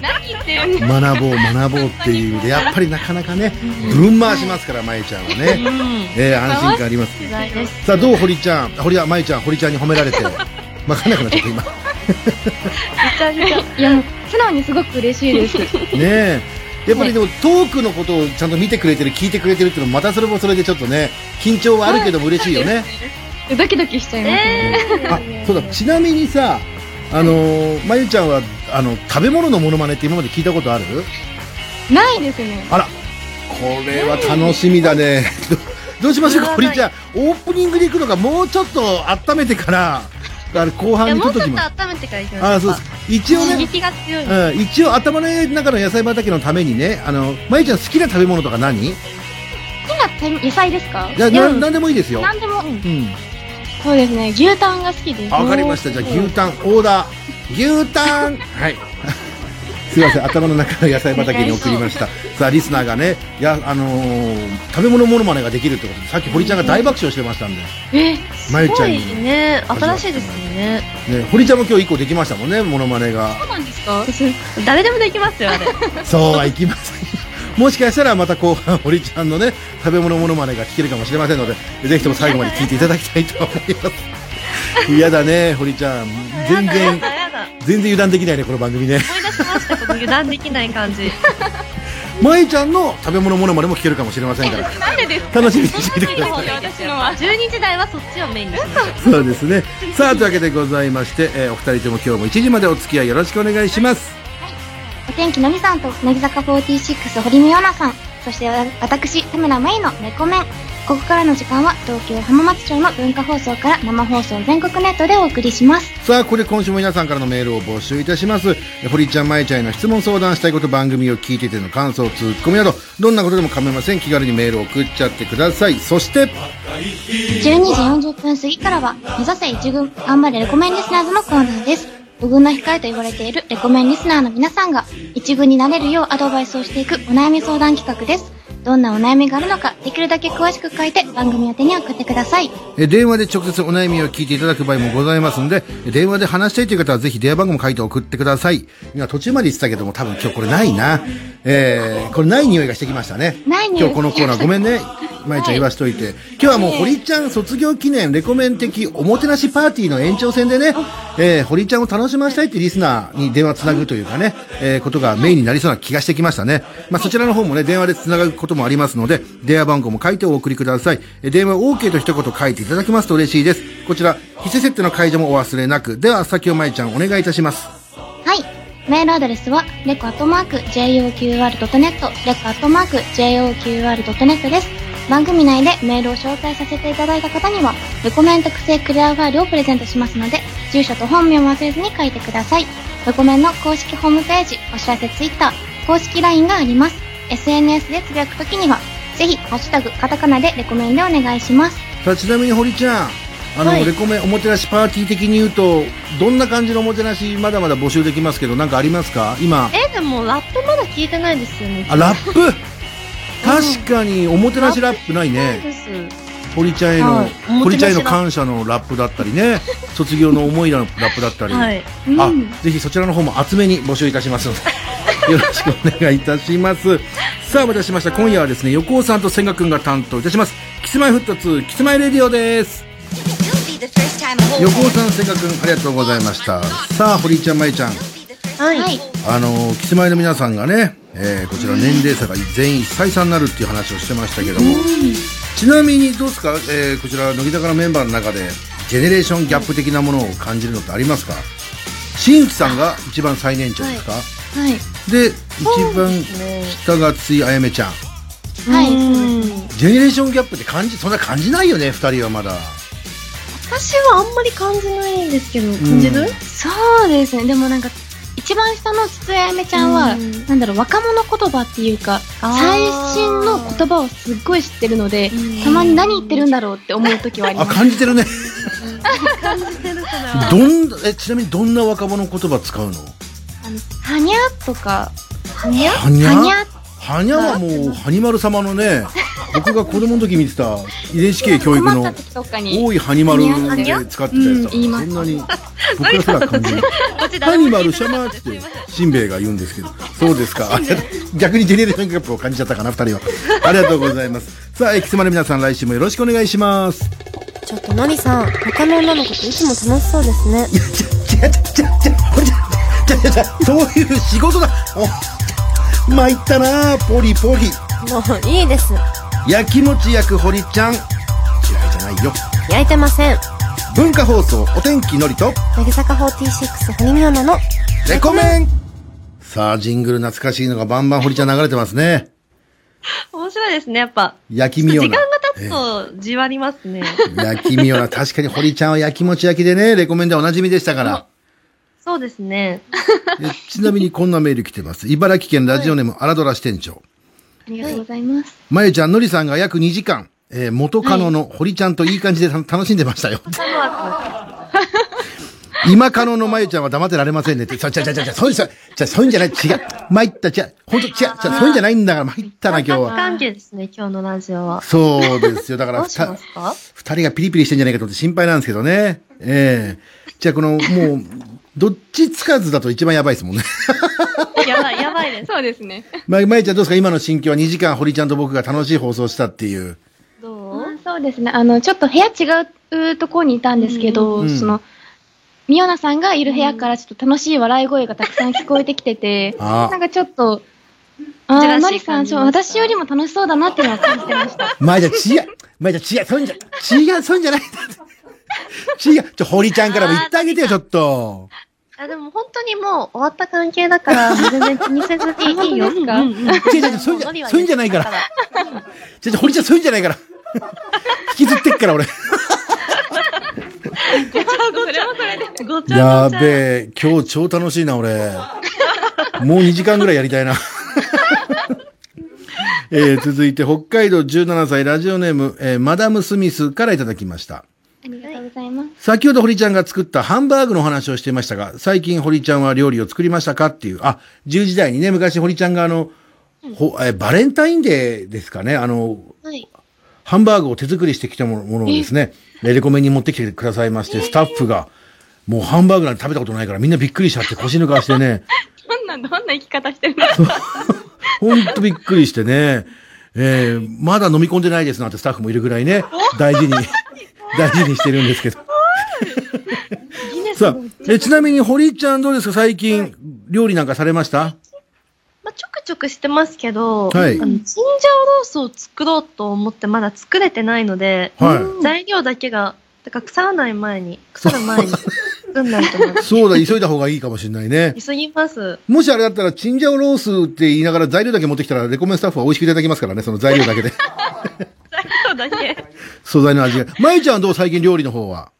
何言ってる
学ぼう、学ぼうっていう意味で、やっぱりなかなかね、ぶん回しますから、まゆちゃんはね。えー安心感あります。
です。
さあ、どう堀ちゃん、堀はまゆちゃん、堀ちゃんに褒められ て、まかなくなっちゃった、今。ね
いや、素直にすごく嬉しいです。
え。やっぱりでも、トークのことをちゃんと見てくれてる、聞いてくれてるっていうのも、またそれもそれでちょっとね、緊張はあるけども嬉しいよね。
ドキドキしちゃいますね。
あそうだちなみにさあのーまゆちゃんはあの食べ物のモノマネって今まで聞いたことある
ないですね。
あらこれは楽しみだね どどうしましょうか堀ちゃんオープニングに行くのがもうちょっと温めてからあの後
い
半
や
に
も
取
う
っと
ちょっ
きます
と温めてからいきましょうか。
あそうです一応ね
刺激が強いの。
うん、一応頭の中の野菜畑のためにねあのまゆちゃん好きな食べ物とか何い
好きな野菜ですか
やな何でもいいですよ、
何でも、
うん、
そうですね。牛タンが好きです。
わかりました。じゃあ牛タンオーダー。牛タン。はい。 すいません。頭の中の野菜畑に送りました。さあリスナーがね、いやあのー食べ物モノマネができるってことで、さっき堀ちゃんが大爆笑してましたんで。
え、
まゆちゃんに
すごいね。新しいですよね。
ね堀ちゃんも今日一個できましたもんね、モノマネが。
そうなんですか誰でもできますよ、あれ。
そうはいきません。もしかしたらまた後半堀ちゃんのね食べ物モノマネが聞けるかもしれませんので、ぜひとも最後まで聞いていただきたいと思います。嫌だね、堀ちゃん。全然
やだやだ。
全然油断できないねこの番組ね。
思い出しました、この油断できない感じ。
まゆちゃんの食べ物モノマネも聞けるかもしれませんから。
なんでです
楽しみにしていてください。
私の は。12時台はそっちをメインにしましょう。
そうですね。さあ、というわけでございまして、えーお二人とも今日も1時までお付き合いよろしくお願いします。
お天気のりさんと、乃木坂46堀美央奈さん、そしてわ私、田村舞のレコメン。ここからの時間は、東京浜松町の文化放送から生放送全国ネットでお送りします。
さあ、ここで今週も皆さんからのメールを募集いたします。えー堀ちゃん、まゆちゃんへの質問相談したいこと、番組を聞いてての感想、ツッコミなど、どんなことでも構いません。気軽にメールを送っちゃってください。そして、
12時40分過ぎからは、目指せ一軍、頑張れレコメンリスナーズのコーナーです。無軍の控えと言われているレコメンリスナーの皆さんが、一軍になれるようアドバイスをしていくお悩み相談企画です。どんなお悩みがあるのか、できるだけ詳しく書いて番組宛てに送ってください。
えー電話で直接お悩みを聞いていただく場合もございますので、えー電話で話したいという方はぜひ電話番号も書いて送ってください。今途中まで言ってたけども、多分今日これないな。えー、これない匂いがしてきましたね。
ない匂
今
い
日このコーナーごめんね。まいちゃん言わしといて、今日はもう堀ちゃん卒業記念レコメン的おもてなしパーティーの延長戦でね、えー、堀ちゃんを楽しませたいってリスナーに電話つなぐというかね、えー、ことがメインになりそうな気がしてきましたね。まあ、そちらの方もね、電話でつながることもありますので、電話番号も書いてお送りください。えー電話 OK と一言書いていただきますと嬉しいです。こちら、非接設定の解除もお忘れなく。では、先をまいちゃんお願いいたします。
はい。メールアドレスは、レコアットマーク、JOQR.net、レコアットマーク、JOQR.net です。番組内でメールを紹介させていただいた方には、レコメン特製クリアファイルをプレゼントしますので、住所と本名を忘れずに書いてください。レコメンの公式ホームページ、お知らせツイッター、公式 LINE があります。SNS でつぶやくときには、ぜひ、ハッシュタグ、カタカナでレコメンでお願いします。
さあちなみに堀ちゃんあの、
はい
レコメンおもてなしパーティー的に言うとどんな感じのおもてなしまだまだ募集できますけどなんかありますか今
え、でもラップまだ聞いてないですよね。
あラップ確かにおもてなしラップないね
です。
堀ちゃんへの、
はい
堀ちゃんへの
おもてなしラップ
感謝のラップだったりね卒業の思いのラップだったり、
はい。
あぜひそちらの方も厚めに募集いたしますの でよろしくお願いいたしますさあお待たせしました今夜はですね横尾さんと千賀君が担当いたしますキスマイフット2キスマイレディオです横尾さん千賀君ありがとうございましたさあ堀井ちゃんまいちゃん
はい。
あのーキスマイの皆さんがね、えーこちら年齢差が全員1歳差になるっていう話をしてましたけどもちなみにどうですか、えーこちら乃木坂のメンバーの中でジェネレーションギャップ的なものを感じるのってありますか新規さんが一番最年長ですか、
はい。
で一番下がついあやめちゃん
はい。
ジェネレーションギャップって感じそんな感じないよね2人はまだ
私はあんまり感じないんですけど、感じる
そうですね。でもなんか、一番下の筒やめちゃんは、なんだろう、若者言葉っていうか、最新の言葉をすっごい知ってるので、たまに何言ってるんだろうって思う時はあり
あ
ます。
感じてるね
感じてるか
どんえちなみにどんな若者言葉使うの
はにゃとか、はにゃ
はにゃはにゃはもうはにまる様のね僕が子供の時見てた遺伝子系教育の
とかに。
多いはにまる
はにゃ
で使ってたやつだからそんなに僕らすら感じないはにまるしゃまってしんべヱが言うんですけどそうですか逆にジェネレーションギャップを感じちゃったかな二人はありがとうございますさあエキスマの皆さん来週もよろしくお願いします
ちょっとのりさん、他の女の子といつも楽しそうですね。
じゃじゃじゃそういう仕事だお参ったなポリポリ
もういいです。
やきもち焼く堀ちゃん嫌いじゃないよ
焼いてません。
文化放送お天気のりと
乃木坂46堀美央奈の
レコメンさあジングル懐かしいのがバンバン堀ちゃん流れてますね
面白いですね、やっぱ。
焼きみ
時
よ
間
な
が経つとじわりますね。
焼きみよな確かに堀ちゃんは焼きもち焼きでねレコメンでおなじみでしたから
そうですね。
えちなみにこんなメール来てます茨城県ラジオネームアラドラ支店長
ありがとうございます。
まゆちゃんのりさんが約2時間、えー元カノの堀ちゃんといい感じでた楽しんでました よ今可能のまゆちゃんは黙ってられませんねって。ちゃちゃちゃちゃ、そういう、そうじゃそういうんじゃない。違う。参った、違う。ほんと、違う。じゃそういうんじゃないんだから、参ったな、今日
三角
は。
関係ですね、今日のラジオは。
そうですよ。だから、
どうしま
二
すか
二人がピリピリしてんじゃないかと思って心配なんですけどね。ええじゃあ、この、もう、どっちつかずだと一番やばいですもんね。
やばい、やばいです。そうですね。
まゆ、まゆちゃんどうですか今の心境は2時間、堀ちゃんと僕が楽しい放送したっていう。
まあそうですね。あの、ちょっと部屋違うところにいたんですけど、
うん
その、ミオナさんがいる部屋からちょっと楽しい笑い声がたくさん聞こえてきてて、
あー
なんかちょっと、
ジ
あ
ェラ
ー、
シー感
マリさん、
じ
そう私よりも楽しそうだなっていうのは感じて ました。
まゆちゃん、違う。まゆちゃん、違う。そういうんじゃ、違う、そういうんじゃないんだ。違う。ちょ、堀ちゃんからも言ってあげてよ、ちょっと。
あ、でも本当にもう終わった関係だから、全然気にせずにいいよ。
本当
ですか違う違うそういうんじゃ
も
そういうんじゃないから。じゃ、じゃ、堀ちゃん、そういうんじゃない から。引きずってっから、俺。
ごちゃごちゃ。それで。ごちゃごちゃ。
やべえ、今日超楽しいな、俺。 もう2時間ぐらいやりたいな。 えー続いて、北海道17歳ラジオネーム、えーマダム・スミスからいただきました。
ありがとうございます。
先ほど堀ちゃんが作ったハンバーグの話をしていましたが、最近堀ちゃんは料理を作りましたかっていう、あ、10時台にね、昔堀ちゃんがあの、ほえーバレンタインデーですかね、あの、
はい。
ハンバーグを手作りしてきたものものをですね、レコメンに持ってきてくださいまして、スタッフが、もうハンバーグなんて食べたことないからみんなびっくりしちゃって腰抜かしてね、
どんな、どんな生き方してるんですか
ほんとびっくりしてね、えーまだ飲み込んでないですなんてスタッフもいるぐらいね、大事に、大事にしてるんですけど。さあ、えちなみに、堀ちゃんどうですか最近、料理なんかされました
まあ、ちょくちょくしてますけど、
はい
あのチンジャオロースを作ろうと思ってまだ作れてないので、
は。
材料だけが、だから腐らない前に、腐る前に作んないと思う
そうだ、急いだ方がいいかもしれないね。
急ぎます。
もしあれだったら、チンジャオロースって言いながら材料だけ持ってきたら、レコメンスタッフは美味しくいただきますからね、その材料だけで。
材料だけ。
素材の味が。まゆちゃんどう最近料理の方は。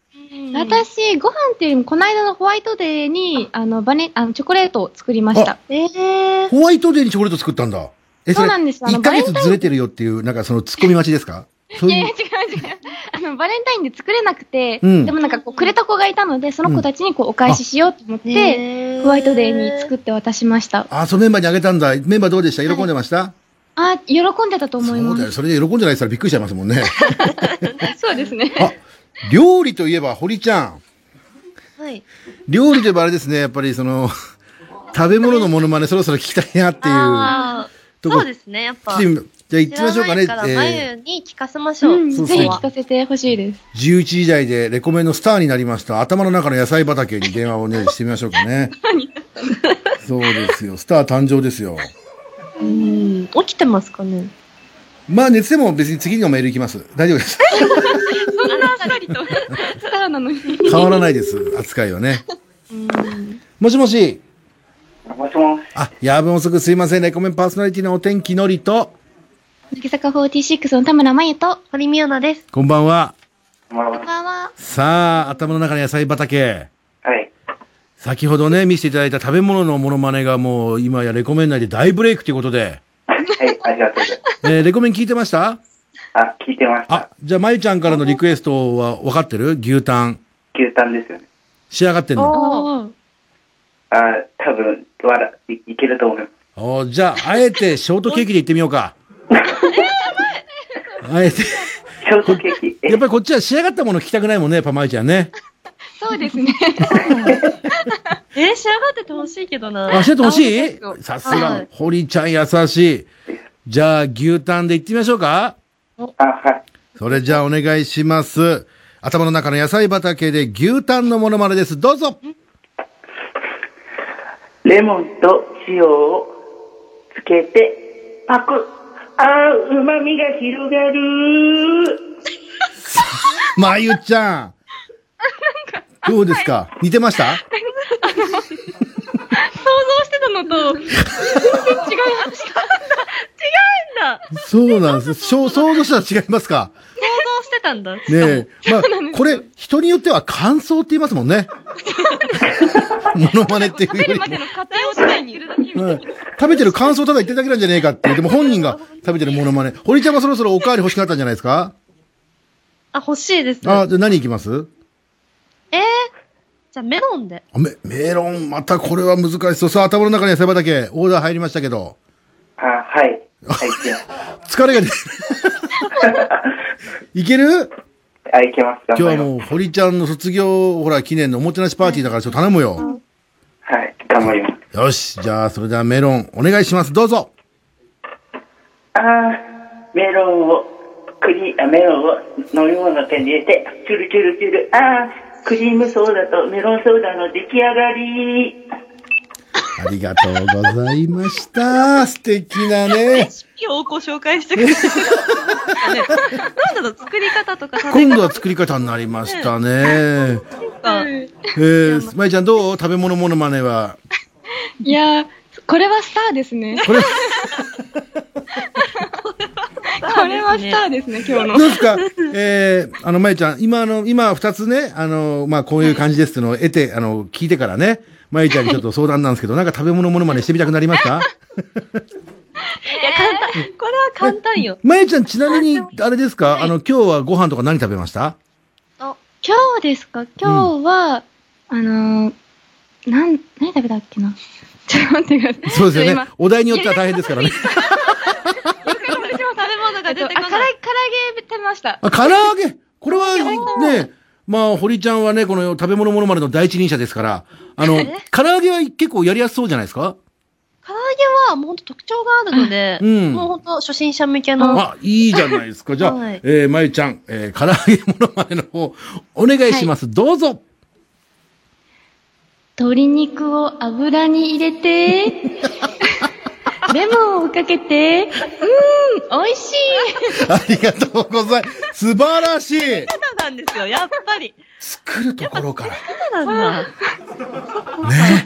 私、ご飯っていうよりも、この間のホワイトデーに、あの、バネ、あの、チョコレートを作りました。
ええ
ホワイトデーにチョコレート作ったんだ。え、
そうなんですあの
1ヶ月ずれてるよっていう、なんかそのツッコミ待ちですかそう
いやい
い
や、
う
違。う違う。 あの、バレンタインで作れなくて、
うん
でもなんかこう、くれた子がいたので、その子たちにこう、お返ししようと思って、ホワイトデーに作って渡しました。
あ、そのメンバーにあげたんだ。メンバーどうでした喜んでました、
あ、喜んでたと思い
そ
ま
うだよ
す。
それで喜んでないって言ったらびっくりしちゃいますもんね。
そうですね。
料理といえば、堀ちゃん。
はい。
料理といえばあれですね、やっぱりその、食べ物のモノマネそろそろ聞きたいなっていう。
あー
とこ
そうですね、やっぱ。
来てみじゃあ行ってみましょうかね
知らない
え
ら
ー
眉に聞かせましょ
そ
う。
うそうぜひ聞
かせてほしいです。
11時台でレコメンのスターになりました。頭の中の野菜畑に電話をね、してみましょうかね。そうですよ。スター誕生ですよ。
うん。起きてますかね。
まあ、熱でも別に次のメール行きます。大丈夫です。
そんなあっさりと。スターなのに。
変わらないです。扱いはね。もしもし。
もしもし。
あ、やぶ遅くすいません。レコメンパーソナリティのお天気のりと、
乃木坂46の田村真由と
堀美央奈です。
こんばんは。
こんばんは。
さあ、頭の中の野菜畑。
はい。
先ほどね、見せていただいた食べ物のモノマネがもう今やレコメン内で大ブレイクということで、
はい、ありがとうございます。
えーレコメン聞いてました
あ、聞いてました。
あ、じゃあ、まゆちゃんからのリクエストは分かってる牛タン。
牛タンですよね。
仕上がってんの
お
あ、多分、わら、いいけると思います。
おーじゃあ、あえてショートケーキでいってみよう か。あえて。シ
ョートケーキ。
やっぱりこっちは仕上がったもの聞きたくないもんね、やっぱまゆちゃんね。
そうですね。
えー、仕上がっててほしいけどな。
あ、教えてほし
あ
い
そうですよ
さす
は
が
い。
堀ちゃん優しい。じゃあ、牛タンでいってみましょうか。それじゃあ、お願いします。頭の中の野菜畑で牛タンのものまねです。どうぞ
レモンと塩をつけて、パクッ。あー、うまみが広がる。
まゆち ゃん。どうですか似てま した
想像してたのと、全然違いました。違うんだ
そうなんです。そう想像したら違いますか。
想像してたんだ。ね
ねえ。まあ、これ、人によっては感想って言いますもん ね。モノマネっていうよりも。
過程を伝えに。
うん食べてる感想ただ言ってるだけなんじゃねえかっていう。でも本人が食べてるモノマネ。堀ちゃんもそろそろおかわり欲しかったんじゃないですか
あ、欲しいです。
あ、じゃあ何いきます
えー、じゃあメロンで。
あメメロン、またこれは難しそう。さあ、頭の中に野菜畑、オーダー入りましたけど。
あ、はい。はい、
疲れが出 る。いける
あ、いけます。
今
頑
日
張
は
ります。
もう、堀ちゃんの卒業、ほら、記念のおもてなしパーティーだから、ちょっと頼むよ。
はい、頑張ります。
よし、じゃあ、それではメロン、お願いします。どうぞ。
あー、メロンを、クリあメロンを飲み物の手に入れて、チュルチュルチュル、あー、クリームソーダとメロンソーダの出来上がり。
ありがとうございました。素敵な ね。
をご紹介してくれる。ねなんだろう、作り方とか食べ
今
方
度は作り方になりました ね。
とか。
えー、まいちゃんどう食べ物モノマネは。
いやー、これはスターですね。
これ、
これはスターですね、今
ど
日の。
うですかえー、あの、まいちゃん、今あの、今二つね、あの、まあ、こういう感じですっていうのを得て、あの、聞いてからね、まいちゃんにちょっと相談なんですけど、なんか食べ物モノマネしてみたくなりま した
いや、簡単。これは簡単よ。
まゆちゃん、ちなみに、あれですか、あの、今日はご飯とか何食べま した
今日ですか今日は、あのー、なん、何食べたっけな ちょっと待ってください。
そうですよね
今。
お題によっては大変ですからね。
私も食べ物が出てこない。あ唐揚げ食べました。
あ、唐揚げこれは、ね、まあ、堀ちゃんはね、この食 べ物ものまでの第一人者ですから、あの、唐揚げは結構やりやすそうじゃないですか
唐はもう本当特徴があるので、
うん
もう本当初心者向けの。
あ、いいじゃないです か。じゃあ、
はい
えー、まゆちゃん、えー、唐揚げものまねの方、お願いします。どうぞ。
鶏肉を油に入れて、 レモンをかけて、うーん、美味しい。
ありがとうございます。素晴らしい。
そうなんですよ、やっぱり。
来るところから。
そうなん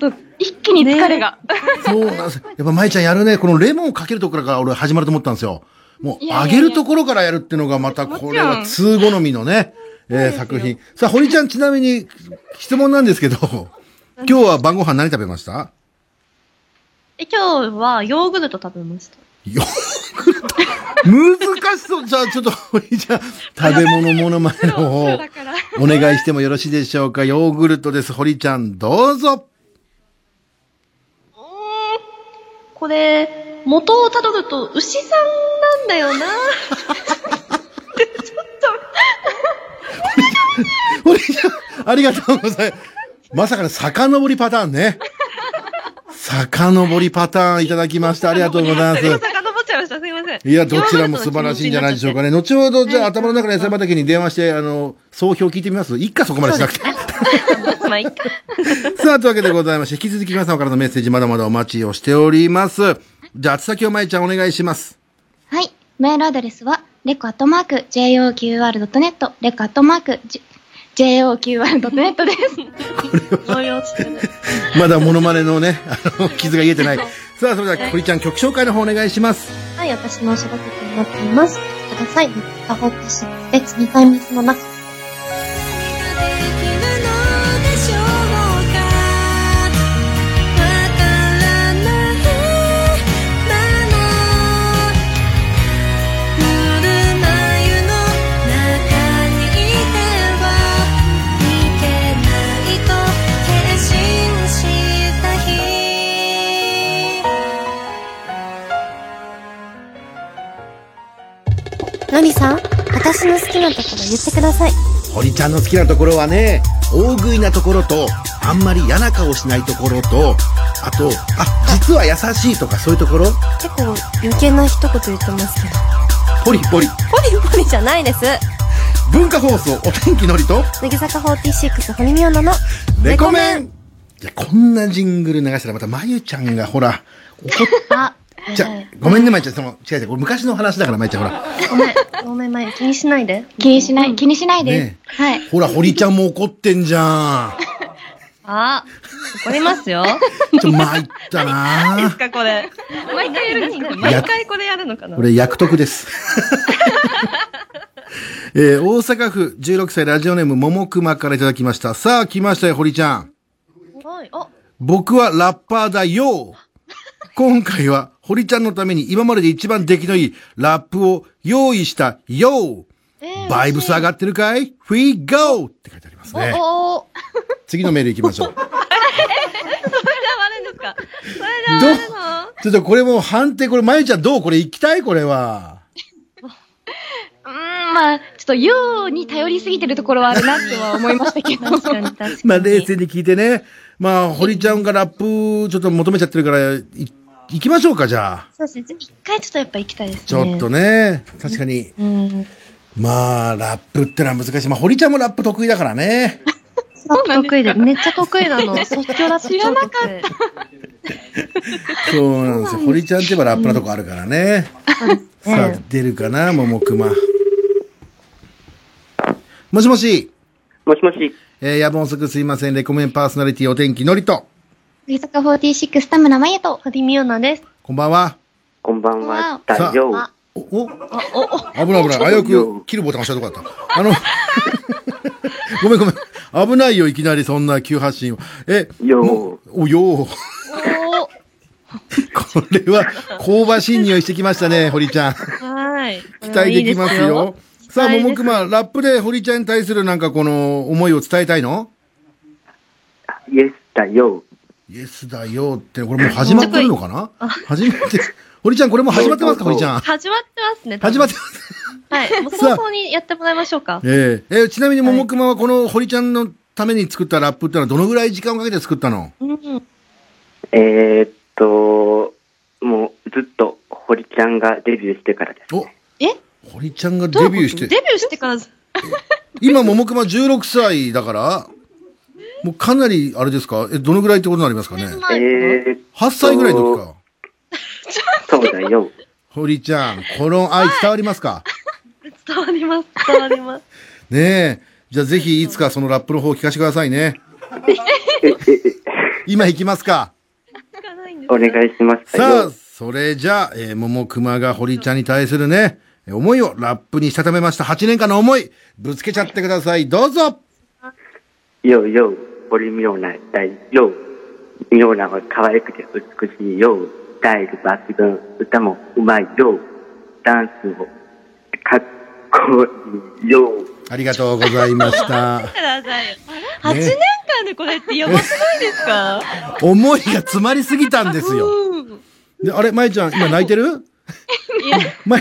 だ。
一気に疲れが。
そうなんです。やっぱまゆちゃんやるね。このレモンをかけるところから俺始まると思ったんですよ。もう、
いやいや
揚
いや
げるところからやるっていうのがまた、これ
も
は
ち
通好みのね、えー作品。さあ、堀ちゃんちなみに、質問なんですけど、今日は晩ご飯何食べました
え今日はヨーグルト食べました。
難しそう。じゃあ、ちょっと、堀ちゃん、食べ物ものまねの方、お願いしてもよろしいでしょうか。ヨーグルトです。堀ちゃん、どうぞ。
これ、元をたどると牛さんなんだよ な。
堀ちゃん、ありがとうございます。まさかの遡りパターン ね。遡りパターンいただきました。ありがとうございます。
遡っちゃいました。すいません。
いや、どちらも素晴らしいんじゃないでしょうかね。後ほど、じゃあ、頭の中の野菜畑に電話して、あの、総評聞いてみますいっか、そこまでしなくて。
まあ、いっか。
さあ、というわけでございまして、引き続き皆様からのメッセージ、まだまだお待ちをしております。じゃあ、厚先をまいちゃんお願いします。
はい。メールアドレスは、レコアットマーク、JOQR.net、レコアットマーク、JOQR.net です。
まだモノマネのね、あの、傷が癒えてない。さあ、それでは、堀ちゃん曲紹介の方お願いします。
はい、私のお仕事となっています。ください。カホットシックスで、冷たい水の中。のりさん、私の好きなところ言ってください。
堀ちゃんの好きなところはね、大食いなところと、あんまり嫌な顔しないところと、あと、あ、実は優しいとかそういうところ、
結構余計な一言言ってますけど。
ポリポ
ポ
リ。
リポリじゃないです。
文化放送、お天気のりと、
乃木坂46堀美央奈の
レコメンじゃ、こんなジングル流したらまたまゆちゃんがほら、怒っ
あ、
ちゃ、ごめんねまゆちゃん、その、違う違う、これ昔の話だからまゆちゃんほら。
ごめん、ごめん、まゆ、気にしないで。
気にしない、気にしない
ですね
はい。
ほら、堀ちゃんも怒ってんじゃ
あ、怒りますよ。
ん。ちょ、参った
何で
な
すか、これ。毎回やるんですか毎回これやるのかな
これ、役得 です。えー大阪府16歳ラジオネーム桃熊からいただきました。さあ、来ましたよ、堀ちゃん。
はい、あ、
僕はラッパーだよ今回は、堀ちゃんのために今までで一番出来のいいラップを用意したよバイブス上がってるかい ?We go! って書いてありますね。
おおー。
次のメール行きまし ょう。
え、それが悪いんですかそれが悪いの
ちょっとこれもう判定、これ、まゆちゃんどうこれ行きたいこれは。
うーん、まあ、ちょっと、ように頼りすぎてるところはあるなっては思いましたけど。
まあ冷静に聞いてね。まあ、堀ちゃんがラップちょっと求めちゃってるから、い行きましょうか、じゃあ。
そうですね。一回ちょっとやっぱ行きたいですね。
ちょっと。ね、確かに。
うん。
まあ、ラップってのは難しい。まあ、堀ちゃんもラップ得意だからね。
得意で、めっちゃ得意なの。即興ラップ知らなかった。
そうなんですよ。堀ちゃんって言えばラップなとこあるからね。さあ、出るかな、ももくま。もしもし。
もしもし。
えー、夜分遅くすいません。レコメンパーソナリティお天気のりと。
乃木坂46田村真由と、
堀美央奈です。
こんばんは。
こんばんは。だ
さ
よ。
あ危ない危ない。危うく切るボタン押したとこだった。あの、 ごめんごめん。危ないよ、いきなりそんな急発進を。え、よお、 よーこれは、香ばしい匂いしてきましたね、堀ちゃん。
はい。
期待できますよ。さあ、ももくま、ラップで堀ちゃんに対するなんかこの思いを伝えたいの
イエスだよ。
イエスだよって、これもう始まってるのかな始まって、堀ちゃんこれもう始まってますか、堀ちゃん。
始まってますね。多分
始まってます。
はい。もう早々にやってもらいましょうか。
えええーちなみにももくまはこの堀ちゃんのために作ったラップってのはどのぐらい時間をかけて作ったの
うん。
えーっと、ずっと堀ちゃんがデビューしてからです。
堀ちゃんがデビューして
デビューしてから、
今、ももくま16歳だから、もうかなり、あれですかえ、どのぐらいってことになりますかね
えー、
?8 歳ぐらいの時か。
そうだよ。
堀ちゃん、この愛伝わりますか
伝わ ります、伝わります。
ねえ。じゃあぜひいつかそのラップの方を聞かせてください ね。今行きますか
お願いします。
さあ、それじゃあ、えー、ももくまが堀ちゃんに対するね、えー思いをラップにしたためました8年間の思い、ぶつけちゃってください。どうぞ
ようよう、堀妙な大よう。妙なは可愛くて美しいよう。スタイル抜群、歌もうまいよう。ダンスもかっこいいよう。
ありがとうございました。
くださいよ。8年間でこれってやばくないですか
思いが詰まりすぎたんですよ。
うん
であれ、まゆちゃん、今泣いてる
いや、
ま、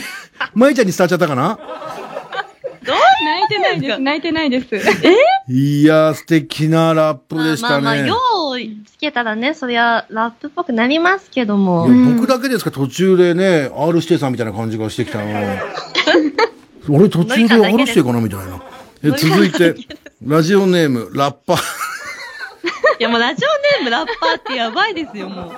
まゆちゃんに伝わっちゃったかな
どう泣いてないです。泣いてないです。え
いやー、素敵なラップでし
ま
た
あまあ、
ね。
ようつけたらね、そりゃラップっぽくなりますけども。
いや僕だけですか途中でね、R 指定さんみたいな感じがしてきた の。俺途中で R 指定かなみたいな。え
ノリが
続
だ
い
け
て、ラジオネーム、ラッパー。
いやもうラジオネームラッパーってやばいですよ、もう。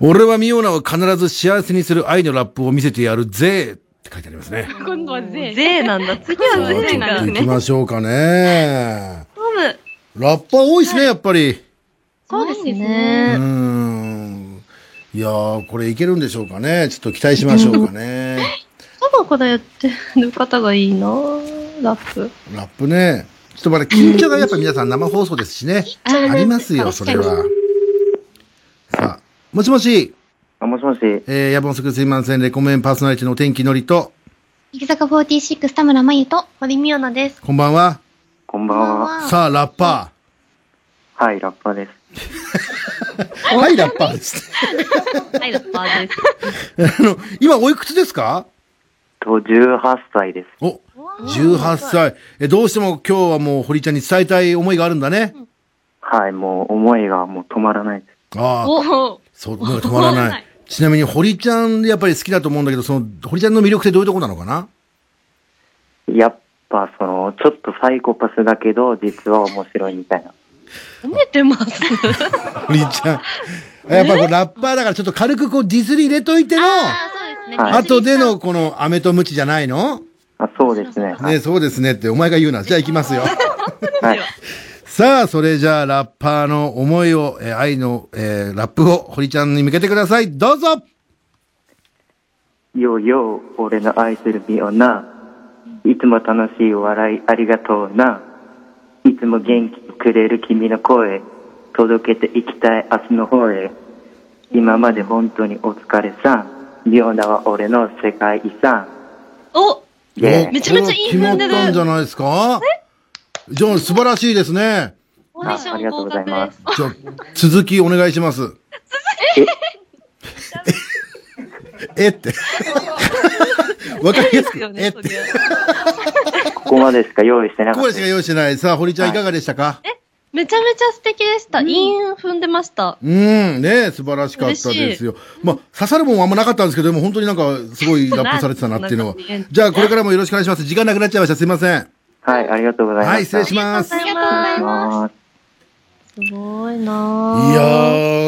俺はミオナを必ず幸せにする愛のラップを見せてやるぜって書いてありますね。
今度は税。税なんだ。次
じゃ
は
あ
税
ちょっ
な
と行
んで
き
すね。
ましょうか ね。
トム、
ラッパー多いですね、やっぱり。
そうです
う
ね。
ーん。いやー、これいけるんでしょうかね。ちょっと期待しましょうかね。
トムこれやってる方がいいなラップ。
ラップね。ちょっとまだ緊張がやっぱ皆さん生放送ですしね。ありますよ、それは。さあ、もしもし。
もしもし。
えー、野暮すくすいません。レコメンパーソナリティのお天気のりと、
乃木坂46田村真由と、
堀美央奈です。
こんばんは。
こんばんは。
さあ、ラッパ
はい、ラッパーです。
ー。はい、ラッパーです。
はい、ラッパーで す。
あの、今おいくつですか
と、18歳です。
お、18歳。え、どうしても今日はもう堀ちゃんに伝えたい思いがあるんだね。
はい、もう思いがもう止まらないです。
ああ、
お
そう、もう止まら ない。ちなみに堀ちゃんやっぱり好きだと思うんだけど、その、堀ちゃんの魅力ってどういうとこなのかな
やっぱその、ちょっとサイコパスだけど、実は面白いみたいな。
褒めてます。
堀ちゃん。やっぱこうラッパーだからちょっと軽くこうディスり入れといての、
はい
後でのこの飴とムチじゃないの
あ、そうですね。
ね、そうですねってお前が言うな。じゃあ行きますよ。
はい。
さあ、それじゃあラッパーの思いを、えー愛の、えーラップを堀ちゃんに向けてください。どうぞ
よよ、俺の愛する美女な。いつも楽しい笑いありがとうな。いつも元気くれる君の声。届けていきたい明日の方へ。今まで本当にお疲れさん。美女は俺の世界遺産。
お
ね
めちゃめちゃいい踏んで
これは決ま
る
ったんじゃないですかじゃあ素晴らしいですね。
オーディション
ありがとうございます。
じゃあ、続きお願いします。 え えって。わかりやすく、えって。
ここまでしか用意してなか
こ
っ
れしか用意してない。さあ、堀ちゃんいかがでしたか、
めちゃめちゃ素敵でした。イン踏んでました。
うん、ねえ素晴らしかったですよ。まあ、刺さるもんはあんまなかったんですけど、でも本当になんか、すごいラップされてた なっていうのは
なんかなんか。
じゃあ、これからもよろしくお願いします。時間なくなっちゃいました。すいません。
た。はい、ありがとうございます。
はい、失礼します。
ありがとうございます。すごい
い
なぁ
や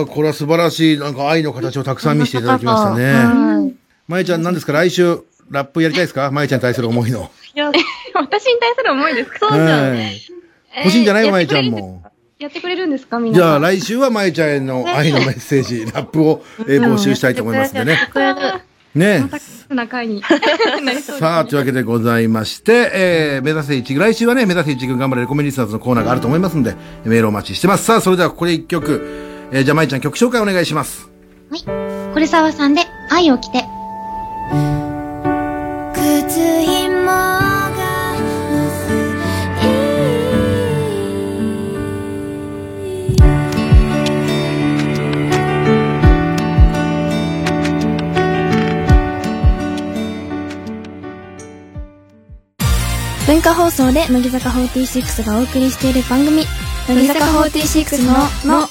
ー、これは素晴らしい、なんか愛の形をたくさん見せていただきましたね。
はい
まゆちゃん、何ですか来週、ラップやりたいですかまゆちゃんに対する思いの。
いや、私に対する思いですか
はい。欲しいんじゃないまゆちゃんも。
やってくれるんですかみんな。
じゃあ、来週はまゆちゃんへの愛のメッセージ、ラップを、えー募集したいと思いますんでね。ねえ。
そんな会になりそうです。
さあ、というわけでございまして、えー、目指せ一軍、来週はね、目指せ一軍頑張れレコメンリスナーズのコーナーがあると思いますんで、メールをお待ちしてます。さあ、それではここで一曲、えー、じゃあまゆちゃん曲紹介お願いします。
これ沢さんで、愛を着て。
靴紐が
文化放送で乃木坂46がお送りしている番組「乃木坂46の」の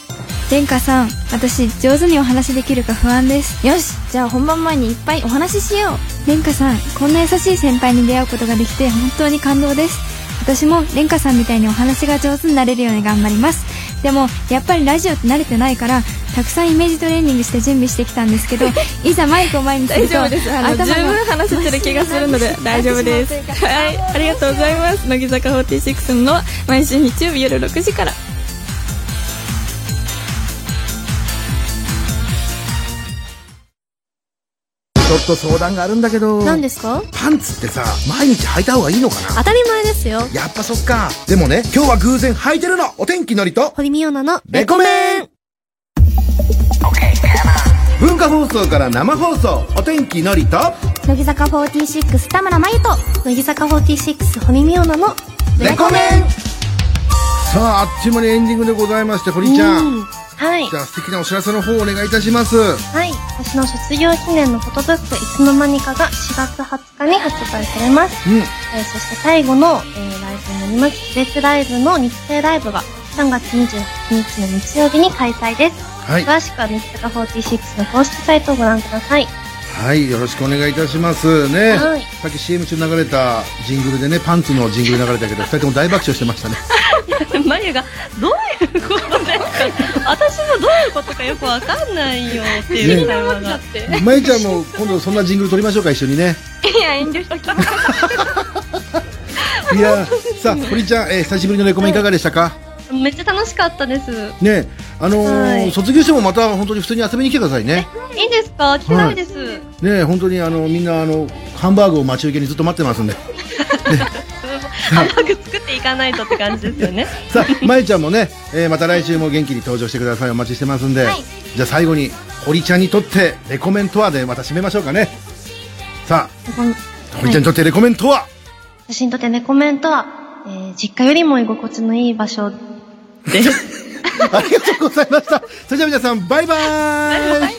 殿下さん私上手にお話できるか不安ですよしじゃあ本番前にいっぱいお話ししよう殿下さんこんな優しい先輩に出会うことができて本当に感動です私も殿下さんみたいにお話が上手になれるように頑張りますでもやっぱりラジオって慣れてないからたくさんイメージトレーニングして準備してきたんですけどいざマイクを前にする
大
と
丈夫ですあの十分話せてる気がするので大丈夫です はいありがとうございます乃木坂46の毎週日曜日夜6時から
ちょっと相談があるんだけど
何ですか
パンツってさ毎日履いた方がいいのかな
当たり前ですよ
やっぱそっかでもね今日は偶然履いてるのお天気のりと
堀美央奈の
レコメン文化放送から生放送お天気のりと
乃木坂46田村真由と
乃木坂46堀美央奈の
レコメンさああっちまでエンディングでございまして堀ちゃん
はい
じゃあ素敵なお知らせの方お願いいたします
はい、私の卒業記念のフォトブック、いつの間にかが4月20日に発売されます。
うん
えーそして最後の、えーライブになります、レッツライブの日程ライブが3月28日の日曜日に開催です。
はい
詳しくは日坂46の公式サイトをご覧ください。
はいよろしくお願いいたしますね、
はい
さっき CM 中流れたジングルでねパンツのジングル流れたけど二人とも大爆笑してま したね
眉がどういうことですか私もどういうことかよくわかんないよって
いうね会
話が
まゆちゃんも今度そんなジングル撮りましょうか一緒にね
いや、遠慮しときます。
いやーさあ堀ちゃん、えー久しぶりのレコメンいかがでしたか、
めっちゃ楽しかったです。
ねあのー
はい
卒業してもまた本当に普通に遊びに来てくださいね
いいですか来てないです。
ね本当にあのみんなあのハンバーグを待ち受けにずっと待って ますんで
ハンバーグ作っていかないとって感じですよね。
さあまゆちゃんもね、えーまた来週も元気に登場してくださいお待ちしてますんで、じゃあ最後に堀ちゃんにとってレコメントはでまた締めましょうかねさあ堀ちゃんにとってレコメントは、
私にとってね、コメントは、えー実家よりも居心地のいい場所です
ありがとうございましたそれじゃあ皆さんバイバーイ